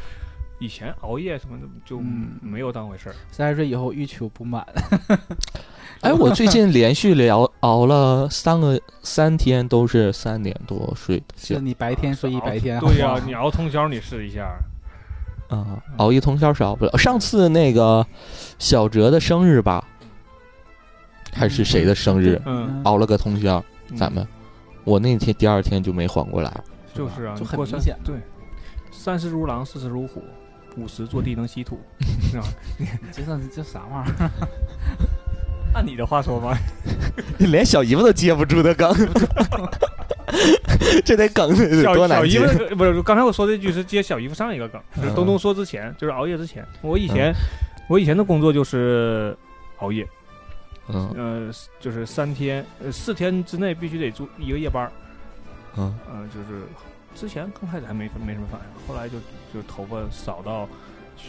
Speaker 5: 以前熬夜什么的就
Speaker 4: 嗯
Speaker 5: 没有当回事儿。
Speaker 4: 三十岁以后欲求不满，
Speaker 3: 哎，我最近连续聊熬了三个三天，都是三点多睡的觉
Speaker 4: 是你白天睡一白天，
Speaker 5: 啊对呀、
Speaker 4: 哎好啊不好
Speaker 5: 你啊熬通宵你试一下。
Speaker 3: 啊，熬一通宵是熬不了。上次那个小哲的生日吧，还是谁的生日，
Speaker 5: 嗯，
Speaker 3: 熬了个通宵，
Speaker 5: 嗯
Speaker 3: 咱们。我那天第二天就没缓 过来，
Speaker 5: 就是啊，
Speaker 4: 就
Speaker 5: 你
Speaker 4: 很
Speaker 5: 过
Speaker 4: 明
Speaker 5: 山
Speaker 4: 显
Speaker 5: 对，三十如狼，四十如虎，五十坐地能吸土。是吧？
Speaker 4: 这算这啥玩意儿？嗯
Speaker 5: 按你的话说吧，
Speaker 3: 连小姨夫都接不住的梗。这得梗得
Speaker 5: 小
Speaker 3: 多
Speaker 5: 小
Speaker 3: 难
Speaker 5: 姨
Speaker 3: 接
Speaker 5: 夫。呃不是，刚才我说这句是接小姨夫上一个梗，
Speaker 4: 嗯
Speaker 5: 就是东东说之前，就是熬夜之前，我以前、我以前的工作就是熬夜，
Speaker 3: 嗯
Speaker 5: 呃，就是三天呃四天之内必须得住一个夜班儿，
Speaker 3: 嗯
Speaker 5: 嗯、就是之前刚开始还没没什么反应，后来就就头发少到需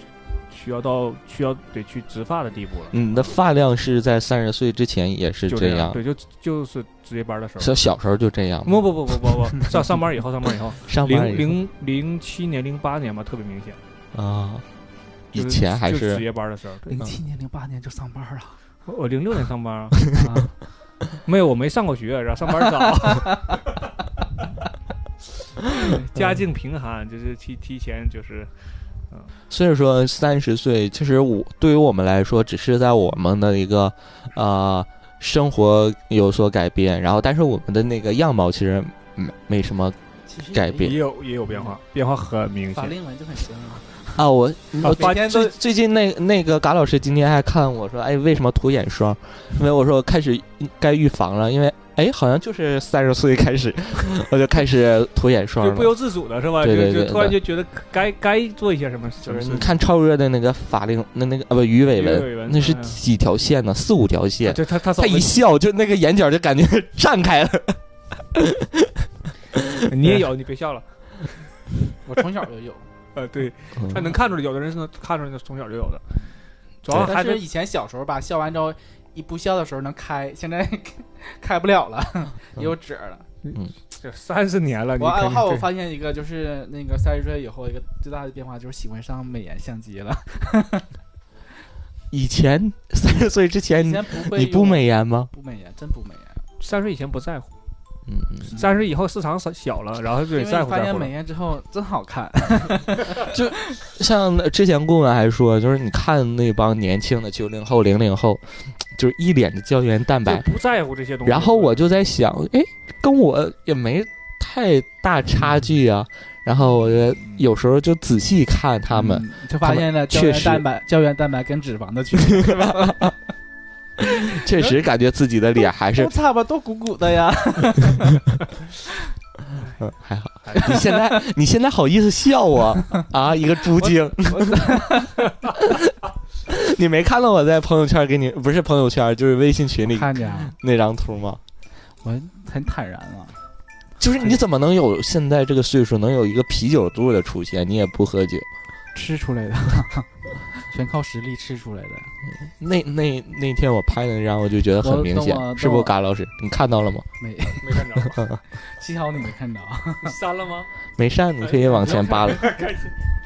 Speaker 5: 需要到需要得去植发的地步了，
Speaker 3: 你的发量是在三十岁之前也嗯是
Speaker 5: 就
Speaker 3: 这
Speaker 5: 样，
Speaker 3: 样，
Speaker 5: 对，就就是值夜班的时候。
Speaker 3: 小小时候就这样吗。
Speaker 5: 不不不不不 不，上上班以后，上班以后，
Speaker 3: 上班
Speaker 5: 零零零七年、零八年吧，特别明显。
Speaker 3: 啊，
Speaker 5: 就
Speaker 3: 以前还
Speaker 5: 就是值夜班的时候，对
Speaker 4: 零七年、零八年就上班了，
Speaker 5: 我我零六年上班啊，
Speaker 4: 啊，
Speaker 5: 没有，我没上过学，然后上班早， 家境贫寒，就是提提前就是
Speaker 3: 所以说，三十岁其实我对于我们来说，只是在我们的一个呃生活有所改变，然后但是我们的那个样貌其实没没什么
Speaker 4: 其实
Speaker 3: 改变
Speaker 5: 也有也有变化，变化很明
Speaker 4: 法
Speaker 5: 显。
Speaker 4: 令纹就很深啊。
Speaker 3: 啊。我
Speaker 5: 嗯
Speaker 3: 我
Speaker 4: 每天都
Speaker 3: 最最近那那个嘎老师今天还看我说，哎，为什么涂眼霜？因为我说我开始该预防了，因为哎，好像就是三十岁开始， 我就开始涂眼霜
Speaker 5: 就不
Speaker 3: 了。
Speaker 5: 由自主的是吧？
Speaker 3: 对对
Speaker 5: 就
Speaker 3: 对
Speaker 5: 就突然就觉得该该做一些什么什
Speaker 3: 就
Speaker 5: 么
Speaker 3: 是
Speaker 5: 事
Speaker 3: 你
Speaker 5: 情，
Speaker 3: 看超哥的那个法令，那那个啊不鱼尾
Speaker 5: 鱼尾
Speaker 3: 纹，
Speaker 5: 纹
Speaker 3: 那是
Speaker 5: 嗯啊
Speaker 3: 几条线呢？四五条线。
Speaker 5: 就他他扫
Speaker 3: 他一笑，就那个眼角就感觉 绽开了。
Speaker 5: 你也有，你别笑了。
Speaker 4: 我从小就有，
Speaker 5: 呃，对，
Speaker 4: 嗯
Speaker 5: 他能看出来，有的人是能看出来，从小就有的。 主要还
Speaker 4: 但
Speaker 5: 是
Speaker 4: 是以前小时候吧，笑完之后一不笑的时候能开，现在 开不了了，
Speaker 5: 嗯
Speaker 4: 也有褶儿了。
Speaker 5: 三十年了，你
Speaker 4: 我
Speaker 5: 肯
Speaker 4: 还
Speaker 5: 定
Speaker 4: 有我
Speaker 5: 对
Speaker 4: 发现一个，就是那个三十岁以后一个最大的变化就是喜欢上美颜相机了。
Speaker 3: 以前三十岁之前
Speaker 4: 以，前不会
Speaker 3: 哎你
Speaker 4: 用，
Speaker 3: 不美颜吗？
Speaker 4: 不美颜，真不美颜。
Speaker 5: 三十以前不在乎，
Speaker 3: 嗯嗯，
Speaker 5: 三十以后市场小小了，然后就得
Speaker 4: 因为
Speaker 5: 在
Speaker 4: 你
Speaker 5: 乎
Speaker 4: 发
Speaker 5: 在
Speaker 4: 现
Speaker 5: 乎了
Speaker 4: 美。颜之后真好看，
Speaker 3: 像之前顾问还说，就是你看那帮年轻的九零后、零零后，就是一脸的胶原蛋
Speaker 5: 就
Speaker 3: 白。
Speaker 5: 不在乎这些东西。
Speaker 3: 然后我就在想，哎，跟我也没太大差距啊。然后我就有时候就仔细看他们，
Speaker 4: 嗯就发现了胶
Speaker 3: 确
Speaker 4: 原
Speaker 3: 实
Speaker 4: 蛋白、胶原蛋白跟脂肪的区别，
Speaker 3: 确实感觉自己的脸还是
Speaker 4: 都差不多鼓鼓的 呀。
Speaker 3: 嗯还好。你现在你现在好意思笑我啊？一个猪精， 你没看到我在朋友圈给你不是朋友圈就是微信群里
Speaker 4: 看见啊，
Speaker 3: 那张图吗？
Speaker 4: 我很坦然啊。
Speaker 3: 就是你怎么能有现在这个岁数能有一个啤酒肚的出现？你也不喝酒，
Speaker 4: 吃出来的， 全靠实力吃出来的。
Speaker 3: 那那那天我拍的那张我就觉得很明显
Speaker 4: 我等
Speaker 3: 是不
Speaker 4: 我，等
Speaker 3: 是？
Speaker 4: 我
Speaker 3: 嘎老师，你看到了吗？
Speaker 4: 没，
Speaker 5: 没 看着吧，
Speaker 4: 幸好你没看着啊。
Speaker 5: 删了吗？
Speaker 3: 没删，你可以往前
Speaker 4: 哎
Speaker 3: 扒拉。
Speaker 5: 看一下。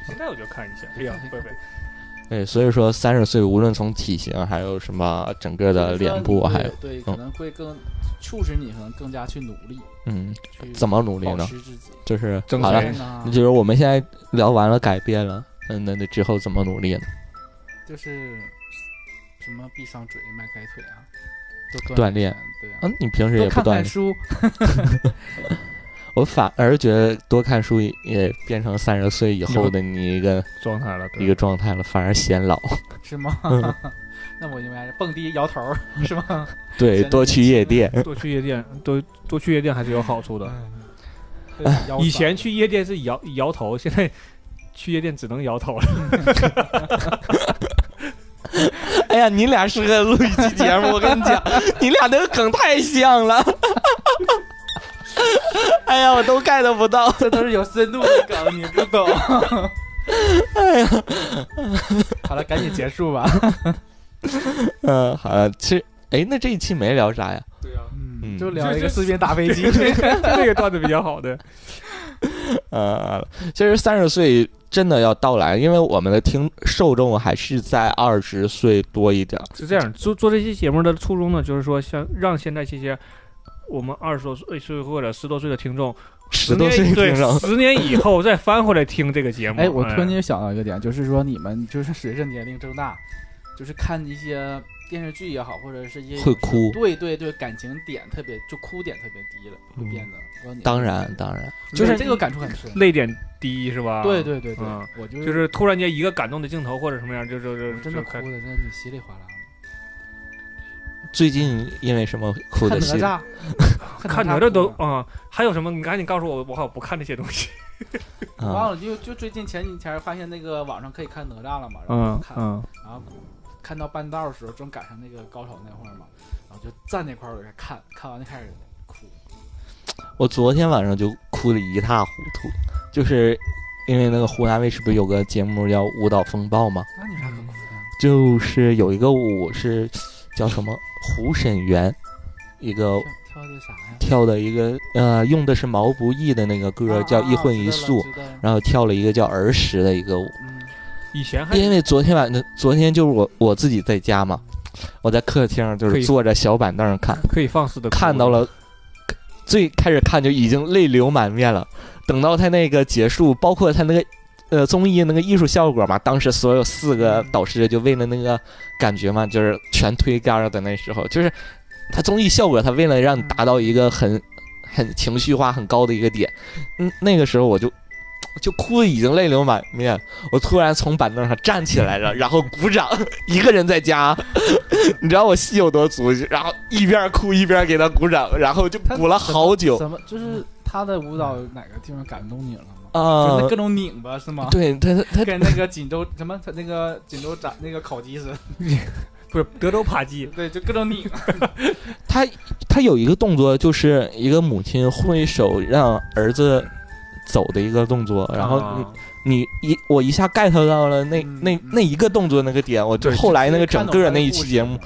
Speaker 5: 现在我就看一下。哎呀，贝贝，
Speaker 3: 对，哎所以说三十岁无论从体型还有什么整个的脸部，还有
Speaker 4: 对，可能会更促使你可能更加去努力，
Speaker 3: 嗯，
Speaker 4: 去
Speaker 3: 怎么努力
Speaker 4: 保
Speaker 3: 呢？
Speaker 4: 持自己。啊
Speaker 3: 就是
Speaker 5: 整
Speaker 3: 好了
Speaker 5: 容。
Speaker 4: 呢
Speaker 3: 那，就是我们现在聊完了改变了，嗯，那那之后怎么努力呢？
Speaker 4: 就是什么闭上嘴、迈开腿啊，都
Speaker 3: 锻
Speaker 4: 锻
Speaker 3: 炼
Speaker 4: 一下，对啊，
Speaker 3: 嗯，你平时也
Speaker 4: 多
Speaker 3: 不
Speaker 4: 看
Speaker 3: 锻
Speaker 4: 看
Speaker 3: 炼，
Speaker 4: 书，
Speaker 3: 我反而觉得多看书也也变成三十岁以后的你一个
Speaker 5: 状态了，
Speaker 3: 一个状态了，反而显老。
Speaker 4: 是吗？
Speaker 3: 嗯
Speaker 4: 那我应该是蹦迪摇头 儿是吗？
Speaker 3: 对，
Speaker 4: 显得
Speaker 3: 多去夜店，
Speaker 5: 多去夜店，多多去夜店还是有好处
Speaker 4: 嗯
Speaker 5: 的。
Speaker 4: 摇头
Speaker 5: 以前去夜店是摇摇头，现在去夜店只能摇头了。
Speaker 3: 哎呀，你俩适合录一期节目，我跟你讲，你俩那个梗太像了。 哎呀，我都 get 不到。
Speaker 4: 这都是有深度的梗，你不 懂。
Speaker 3: 哎
Speaker 4: 好了，赶紧结束吧。
Speaker 3: 嗯，好了，其实，哎，那这一期没聊啥呀？
Speaker 5: 对呀，
Speaker 4: 嗯
Speaker 3: 嗯
Speaker 4: 就聊一个视频打飞机。
Speaker 5: 这个段子比较好的。
Speaker 3: 呃，其实三十岁真的要到来，因为我们的听受众还是在二十岁多一点儿。
Speaker 5: 是这样，做做这期节目的初衷呢，就是说像让现在这些我们二十多岁或者十多岁的听众，
Speaker 3: 十多岁
Speaker 5: 年对
Speaker 3: 听众，
Speaker 5: 十年以后再翻回来听这个节目。
Speaker 4: 哎，我突然间想到一个点，就是说你们就是 随着年龄增大，就是看一些电视剧也好，或者是一些
Speaker 3: 会哭
Speaker 4: 对对对，感情点特别就哭点特别低了，会变得。我不知道你
Speaker 3: 嗯当然当然，
Speaker 4: 就
Speaker 5: 就是
Speaker 4: 是这个感触很深。
Speaker 5: 泪点低是吧？
Speaker 4: 对对对对
Speaker 5: 嗯，
Speaker 4: 我就
Speaker 5: 就是突然间一个感动的镜头或者什么样，就就
Speaker 4: 我
Speaker 5: 就
Speaker 4: 真的
Speaker 5: 就
Speaker 4: 哭
Speaker 5: 开
Speaker 4: 的，
Speaker 5: 始
Speaker 4: 真的你稀里哗啦。
Speaker 3: 最近因为什么哭
Speaker 4: 看
Speaker 3: 的
Speaker 4: 哪
Speaker 3: 戏？
Speaker 4: 吒，
Speaker 5: 看哪吒都啊、还有什么？你赶紧告诉我，我好像不看这些东西。
Speaker 4: 我
Speaker 3: 啊
Speaker 4: 忘了，就就最近前几天发现那个网上可以看哪吒了嘛，然后
Speaker 5: 嗯
Speaker 4: 就看，
Speaker 5: 嗯，
Speaker 4: 然后看到半道的时候，正赶上那个高潮那会儿嘛，然后就站那块儿我在看，看完就开始哭。
Speaker 3: 我昨天晚上就哭得一塌糊涂，就是因为那个湖南卫视不是有个节目叫《舞蹈风暴》吗？
Speaker 4: 那你有啥可啊哭的呀？
Speaker 3: 就是有一个舞是叫什么胡沈源，一个
Speaker 4: 挑的啥呀？
Speaker 3: 跳的一个呃用的是毛不易的那个歌
Speaker 4: 啊
Speaker 3: 叫《一荤一
Speaker 4: 啊知道
Speaker 3: 素》，
Speaker 4: 了知道了
Speaker 3: 然后跳了一个叫儿时的一个舞。
Speaker 4: 嗯，
Speaker 5: 以前还
Speaker 3: 因为昨天晚上，昨天就是我我自己在家嘛，我在客厅就
Speaker 5: 可
Speaker 3: 是
Speaker 5: 以
Speaker 3: 坐着小板凳看，
Speaker 5: 可以放肆的
Speaker 3: 看到，了，最开始看就已经泪流满面了。等到他那个结束，包括他那个呃综艺那个艺术效果嘛，当时所有四个导师就为了那个感觉嘛，就是全推杆儿的那时候，就是他综艺效果，他为了让你达到一个很很情绪化很高的一个点，嗯，那个时候我就。就哭的已经泪流满面，我突然从板凳上站起来了，然后鼓掌，一个人在家， 你知道我戏有多足，然后一边哭一边给他鼓掌，然后就
Speaker 4: 他
Speaker 3: 鼓了好久
Speaker 4: 怎么就是他的舞蹈哪个地方感动你了吗？
Speaker 3: 啊
Speaker 4: 就是那各种拧巴是吗？
Speaker 3: 对他他他
Speaker 4: 跟那个锦州什么，他那个锦州炸那个烤鸡似 的，
Speaker 5: 不是德州扒鸡，
Speaker 4: 对，就各种拧。
Speaker 3: 他他有一个动作，就是一个母亲挥手让儿子走的一个动作，然后
Speaker 5: 啊
Speaker 3: 你你一我一下 get 到了那
Speaker 4: 嗯
Speaker 3: 那
Speaker 4: 嗯
Speaker 3: 那一个动作那个点，我就
Speaker 5: 对
Speaker 3: 后来那个
Speaker 4: 看
Speaker 3: 整
Speaker 4: 懂
Speaker 3: 个
Speaker 4: 他的
Speaker 3: 那一
Speaker 4: 故
Speaker 3: 期
Speaker 4: 事
Speaker 3: 节目，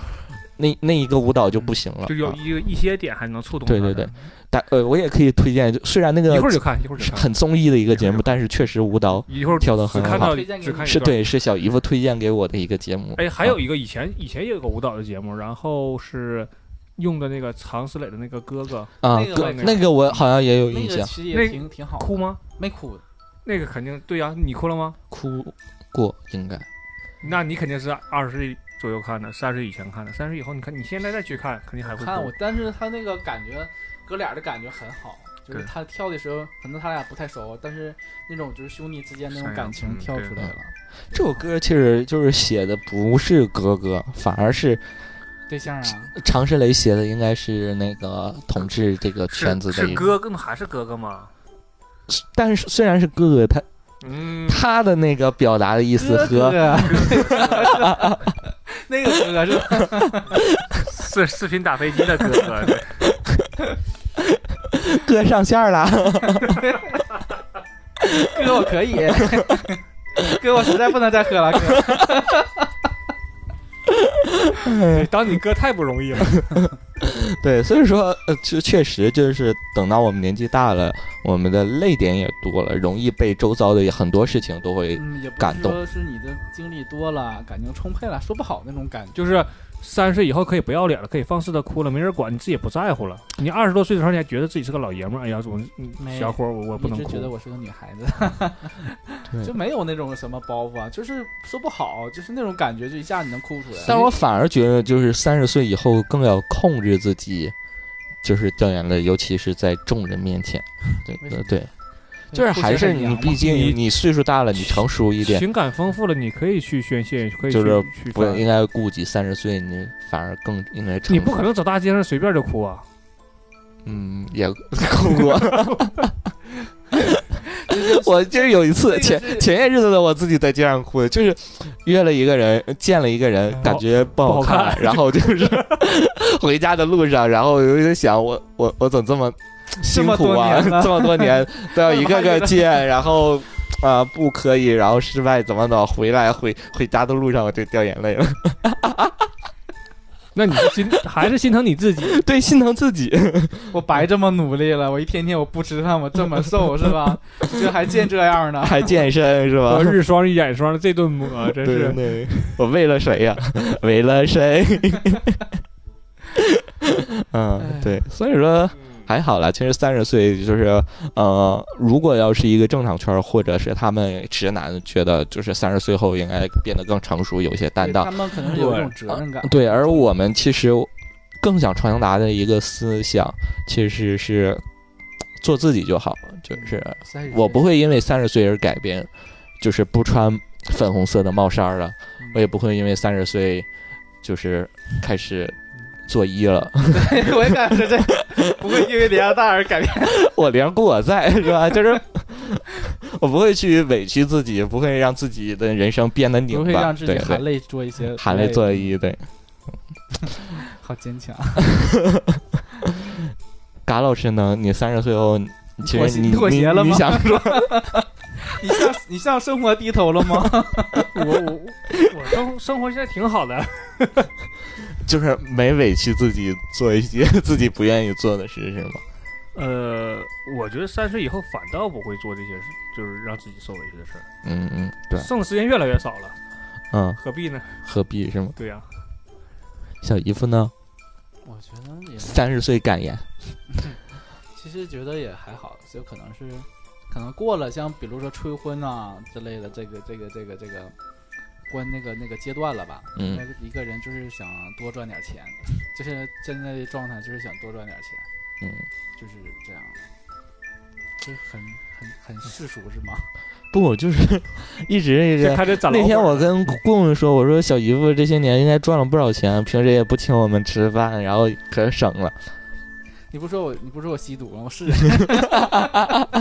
Speaker 3: 那那一个舞蹈就不行了。
Speaker 5: 就有
Speaker 3: 啊
Speaker 5: 一个一些点还能触动他
Speaker 3: 对
Speaker 5: 的。
Speaker 3: 对对，但呃我也可以推荐，就虽然那个
Speaker 5: 一会儿就看，一会儿就是看，
Speaker 3: 很综艺的一个节
Speaker 5: 一会儿
Speaker 3: 目，但是确实舞蹈
Speaker 5: 一会儿
Speaker 3: 跳得
Speaker 5: 只
Speaker 3: 很
Speaker 5: 看
Speaker 3: 好
Speaker 5: 到
Speaker 4: 推荐给
Speaker 5: 只
Speaker 4: 你
Speaker 5: 看一
Speaker 3: 是
Speaker 5: 段。
Speaker 3: 对，啊是小姨夫推荐给我的一个节目。
Speaker 5: 哎，还有一个以前以前也有个舞蹈的节目，然后是用的那个常石磊的那个哥哥
Speaker 3: 啊，
Speaker 4: 那个
Speaker 3: 哥
Speaker 5: 我也看
Speaker 3: 那个我好像也有
Speaker 4: 那
Speaker 3: 印
Speaker 4: 个
Speaker 3: 象，
Speaker 4: 其实
Speaker 5: 那
Speaker 4: 也挺挺好的，
Speaker 5: 哭吗？
Speaker 4: 没哭，
Speaker 5: 那个肯定对呀、你哭了吗？
Speaker 3: 哭过应该。
Speaker 5: 那你肯定是二十左右看的，三十以前看的，三十以后你看你现在再去看，肯定还会
Speaker 4: 看
Speaker 5: 哭
Speaker 4: 我，但是他那个感觉，哥俩的感觉很好，就是
Speaker 5: 对
Speaker 4: 他跳的时候，可能他俩不太熟，但是那种就是兄弟之间那
Speaker 5: 哎
Speaker 4: 种
Speaker 5: 呀
Speaker 4: 感情
Speaker 5: 嗯
Speaker 4: 跳
Speaker 5: 对
Speaker 4: 出来了。
Speaker 3: 这首歌其实就是写的不是哥哥，反而是
Speaker 4: 对象啊，
Speaker 3: 常石磊写的，应该是那个统治这个圈子的
Speaker 5: 是
Speaker 3: 一个。
Speaker 5: 哥哥吗还是哥哥吗？
Speaker 3: 但是虽然是哥哥，他
Speaker 5: 嗯，
Speaker 3: 他的那个表达的意思和
Speaker 4: 哥 哥，那个哥哥是吧
Speaker 5: 是视频打飞机的哥哥，对
Speaker 3: 哥上线了，
Speaker 4: 哥，我可以，哥，我实在不能再喝了， 哥，
Speaker 5: 对当你哥太不容易了。
Speaker 3: 对，所以说呃，就确实就是等到我们年纪大了，我们的泪点也多了，容易被周遭的很多事情都会
Speaker 4: 嗯，也不
Speaker 3: 感
Speaker 4: 是
Speaker 3: 动
Speaker 4: 说是你的经历多了，感情充沛了，说不好那种感觉。
Speaker 5: 就是三十以后可以不要脸了，可以放肆的哭了，没人管，你自己也不在乎了。你二十多岁的时候你还觉得自己是个老爷们儿，哎呀，我
Speaker 4: 没
Speaker 5: 小伙儿我我不能
Speaker 4: 一直觉得
Speaker 5: 哭。
Speaker 4: 我是个女孩子，
Speaker 3: 对
Speaker 4: 就没有那种什么包袱啊，就是说不好，就是那种感觉，就一下你能哭出来。
Speaker 3: 但我反而觉得，就是三十岁以后更要控制自己，就是掉眼泪，尤其是在众人面前。
Speaker 4: 为
Speaker 3: 对
Speaker 4: 什
Speaker 3: 对
Speaker 4: 么
Speaker 3: 对，就是还是你，毕
Speaker 5: 你
Speaker 3: 竟你岁数大了，你成熟一点，
Speaker 5: 情感丰富了，你可以去宣泄，可以去
Speaker 3: 就是
Speaker 5: 去
Speaker 3: 不
Speaker 5: 发
Speaker 3: 应该顾及三十岁，你反而更应该成熟。
Speaker 5: 你不可能走大街上随便就哭啊！
Speaker 3: 嗯，也 哭过。 我就是有一次
Speaker 4: 这
Speaker 3: 前
Speaker 4: 个是
Speaker 3: 前些日子的我自己在街上哭的，就是约了一个人，见了一个人，感觉哦不好
Speaker 5: 不好
Speaker 3: 看，
Speaker 5: 看
Speaker 3: 然后就是 回家的路上，然后我就想我我我怎么这么辛苦啊？
Speaker 4: 这么多年了
Speaker 3: 这么多 年都要一个个见，然后啊、不可以，然后失败怎么怎么回来回回家的路上我就掉眼泪了，
Speaker 5: 那你是心 还是心疼 你自己？
Speaker 3: 对，心疼自己。
Speaker 4: 我白这么努力了，我一天天我不吃饭，我这么瘦是吧？ 就还见这样呢。
Speaker 3: 还健身是吧
Speaker 5: 我？日霜一眼霜，这顿抹真
Speaker 3: 对
Speaker 5: 是
Speaker 3: 对对， 我为了谁 呀、为了谁？ 嗯，对，所以说还好啦。其实三十岁就是，呃，如果要是一个正常圈儿，或者是他们直男觉得，就是三十岁后应该变得更成熟，有一些担当
Speaker 4: 他。们可能是有一种责任感。
Speaker 3: 对，而我们其实更想传达的一个思想，其实是做自己就好，就是
Speaker 4: 嗯三十
Speaker 3: 我不会因为三十岁而改变，就是不穿
Speaker 4: 嗯嗯
Speaker 3: 粉红色的帽衫儿了，我也不会因为三十岁就是开始做一了，
Speaker 4: 对， 我也感觉这不会因为连亚大而改变。
Speaker 3: 我梁故我在是吧？就是我不会去委屈自己，不会让自己的人生变得
Speaker 4: 不
Speaker 3: 拧
Speaker 4: 会
Speaker 3: 巴，
Speaker 4: 让自己
Speaker 3: 对
Speaker 4: 含
Speaker 3: 对，
Speaker 4: 泪嗯做一些
Speaker 3: 含泪做一对。
Speaker 4: 好坚强。
Speaker 3: 嘎老师呢？你三十岁后，其
Speaker 4: 妥
Speaker 3: 实
Speaker 4: 协
Speaker 3: 你
Speaker 4: 妥协了
Speaker 3: 你
Speaker 4: 吗
Speaker 3: 你想说，
Speaker 4: 你向你向生活低头了吗？
Speaker 5: 我我我生生活现在挺好的，
Speaker 3: 就是没委屈自己做一些 自己不愿意做的事，是吗？
Speaker 5: 呃，我觉得三十岁以后反倒不会做这些事，就是让自己受委屈的事儿，
Speaker 3: 嗯嗯，对，
Speaker 5: 剩时间越来越少了，
Speaker 3: 嗯，
Speaker 5: 何必呢？
Speaker 3: 何必是吗？
Speaker 5: 对呀、
Speaker 3: 小姨夫呢？
Speaker 4: 我觉得也
Speaker 3: 三十岁感言，
Speaker 4: 其实觉得也还好，就可能是可能过了，像比如说催婚啊之类的这个这个这个这个关那个那个阶段了吧。
Speaker 3: 嗯
Speaker 4: 那，个一个人就是想多赚点钱，就是现在的状态就是想多赚点钱，
Speaker 3: 嗯，
Speaker 4: 就是这样，就是很很很世俗是吗？
Speaker 3: 不，就是 一直这
Speaker 5: 就
Speaker 3: 个。
Speaker 5: 开始攒老
Speaker 3: 那天
Speaker 5: 本儿
Speaker 3: 我
Speaker 5: 了
Speaker 3: 跟棍棍说，我说小姨夫这些年应该赚了不少钱，平时也不请我们吃饭，然后可省了。
Speaker 4: 你不说我你不说我吸毒吗？我是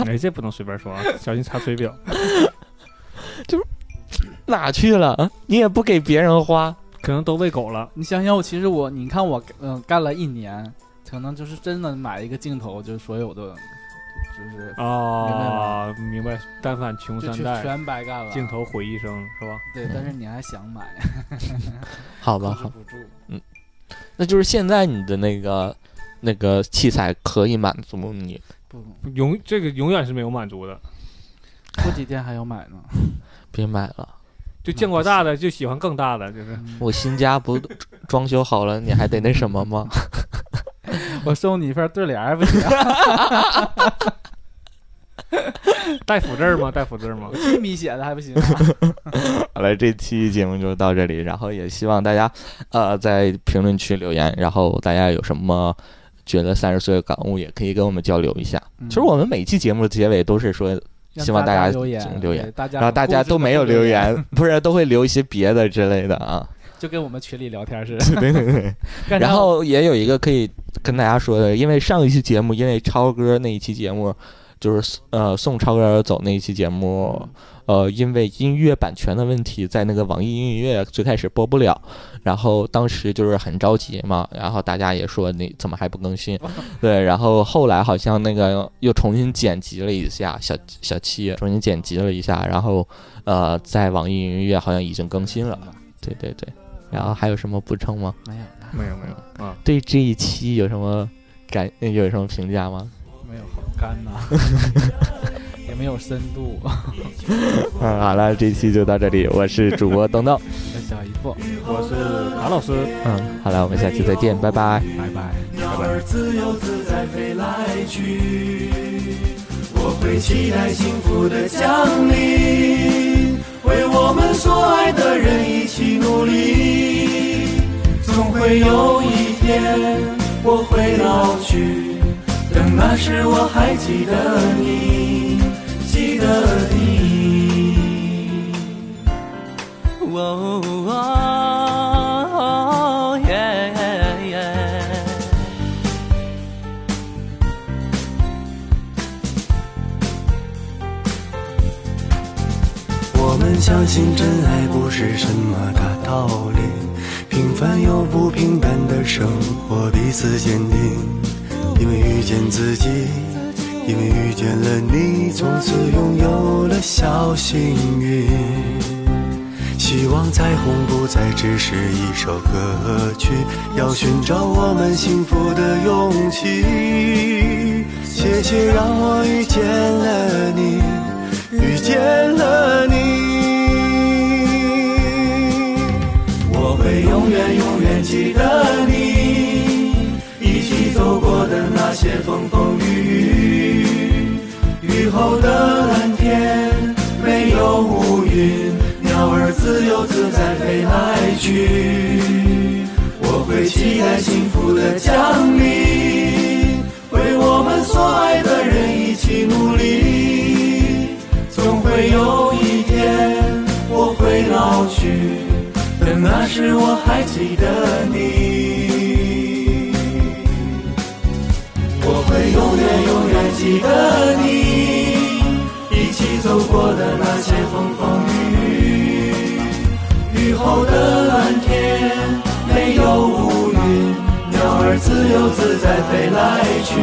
Speaker 5: 哎，这不能随便说啊，小心查水表。
Speaker 3: 哪去了？啊你也不给别人花，
Speaker 5: 可能都喂狗了。
Speaker 4: 你想想我，其实我你看我嗯、干了一年，可能就是真的买一个镜头，就是所有的就是
Speaker 5: 啊，明白。但凡穷
Speaker 4: 就啊
Speaker 5: 三
Speaker 4: 全
Speaker 5: 代，
Speaker 4: 全白干了
Speaker 5: 镜头毁一生是吧？
Speaker 4: 对，但是你还想买，
Speaker 3: 好吧，
Speaker 4: 控制
Speaker 3: 嗯好，
Speaker 4: 不住。
Speaker 3: 那就是现在你的那个那个器材可以满足你，
Speaker 4: 不，
Speaker 5: 永这个永远是没有满足的。
Speaker 4: 过几天还要买呢。
Speaker 3: 别买了。
Speaker 5: 就见过大的，就喜欢更大的， 就是
Speaker 4: 嗯
Speaker 3: 我新家不装修好了，你还得那什么吗？
Speaker 4: 我送你一份对联儿 不行？
Speaker 5: 带福字儿吗？带福字儿吗？
Speaker 4: 一米写的还 不行啊吗？
Speaker 3: 好了，这期节目就到这里，然后也希望大家，呃，在评论区留言，然后大家有什么觉得三十岁的感悟，也可以跟我们交流一下。
Speaker 4: 嗯
Speaker 3: 其实我们每期节目的结尾都是说，
Speaker 4: 让
Speaker 3: 希望大
Speaker 4: 家
Speaker 3: 家
Speaker 4: 留
Speaker 3: 请
Speaker 4: 言
Speaker 3: 留言
Speaker 4: 对大家
Speaker 3: 然后大家都没有留
Speaker 4: 留，
Speaker 3: 言，不是都会留一些别的之类的啊。
Speaker 4: 就跟我们群里聊天似
Speaker 3: 对对对。
Speaker 4: 的。
Speaker 3: 然后也有一个可以跟大家说的，因为上一期节目，因为超哥那一期节目，就是呃送超哥走那一期节目，呃，因为音乐版权的问题，在那个网易音乐最开始播不了，然后当时就是很着急嘛，然后大家也说你怎么还不更新？对，然后后来好像那个又重新剪辑了一下，小小七重新剪辑了一下，然后呃，在网易音乐好像已经更新了，对对对。然后还有什么补充吗？
Speaker 4: 没有了，
Speaker 5: 没有没有啊，
Speaker 3: 对这一期有什么感呃有什么评价吗？
Speaker 4: 没有好干呐， 也没有深度。
Speaker 3: 嗯，好了，这期就到这里，我是主播东东。
Speaker 4: 小姨夫，
Speaker 5: 我是马老师。
Speaker 3: 嗯，好了，我们下期再见，拜拜。
Speaker 4: 拜拜。
Speaker 1: 鸟儿自由自在飞来去，我会期待幸福的降临，为我们所爱的人一起努力。总会有一天我会老去，等那时我还记得你，记得你。哦哦耶耶。我们相信真爱不是什么大道理，平凡又不平淡的生活彼此坚定。因为遇见自己，因为遇见了你，从此拥有了小幸运。希望彩虹不再只是一首歌曲，要寻找我们幸福的勇气。谢谢让我遇见了你。遇见了你，我会永远永远记得你，一起走过的那些风风雨雨，雨后的蓝天没有乌云，鸟儿自由自在飞来去，我会期待幸福的降临，为我们所爱的人一起努力。总会有一天我会老去，但那时我还记得你。记得你一起走过的那些风风雨雨，雨后的蓝天没有乌云，鸟儿自由自在飞来去。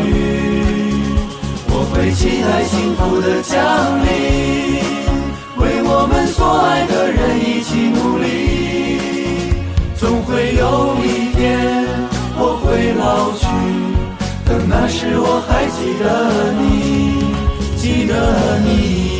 Speaker 1: 我会期待幸福的降临，为我们所爱的人一起努力。总会有一天我会老去，但那时我还记得你，记得你。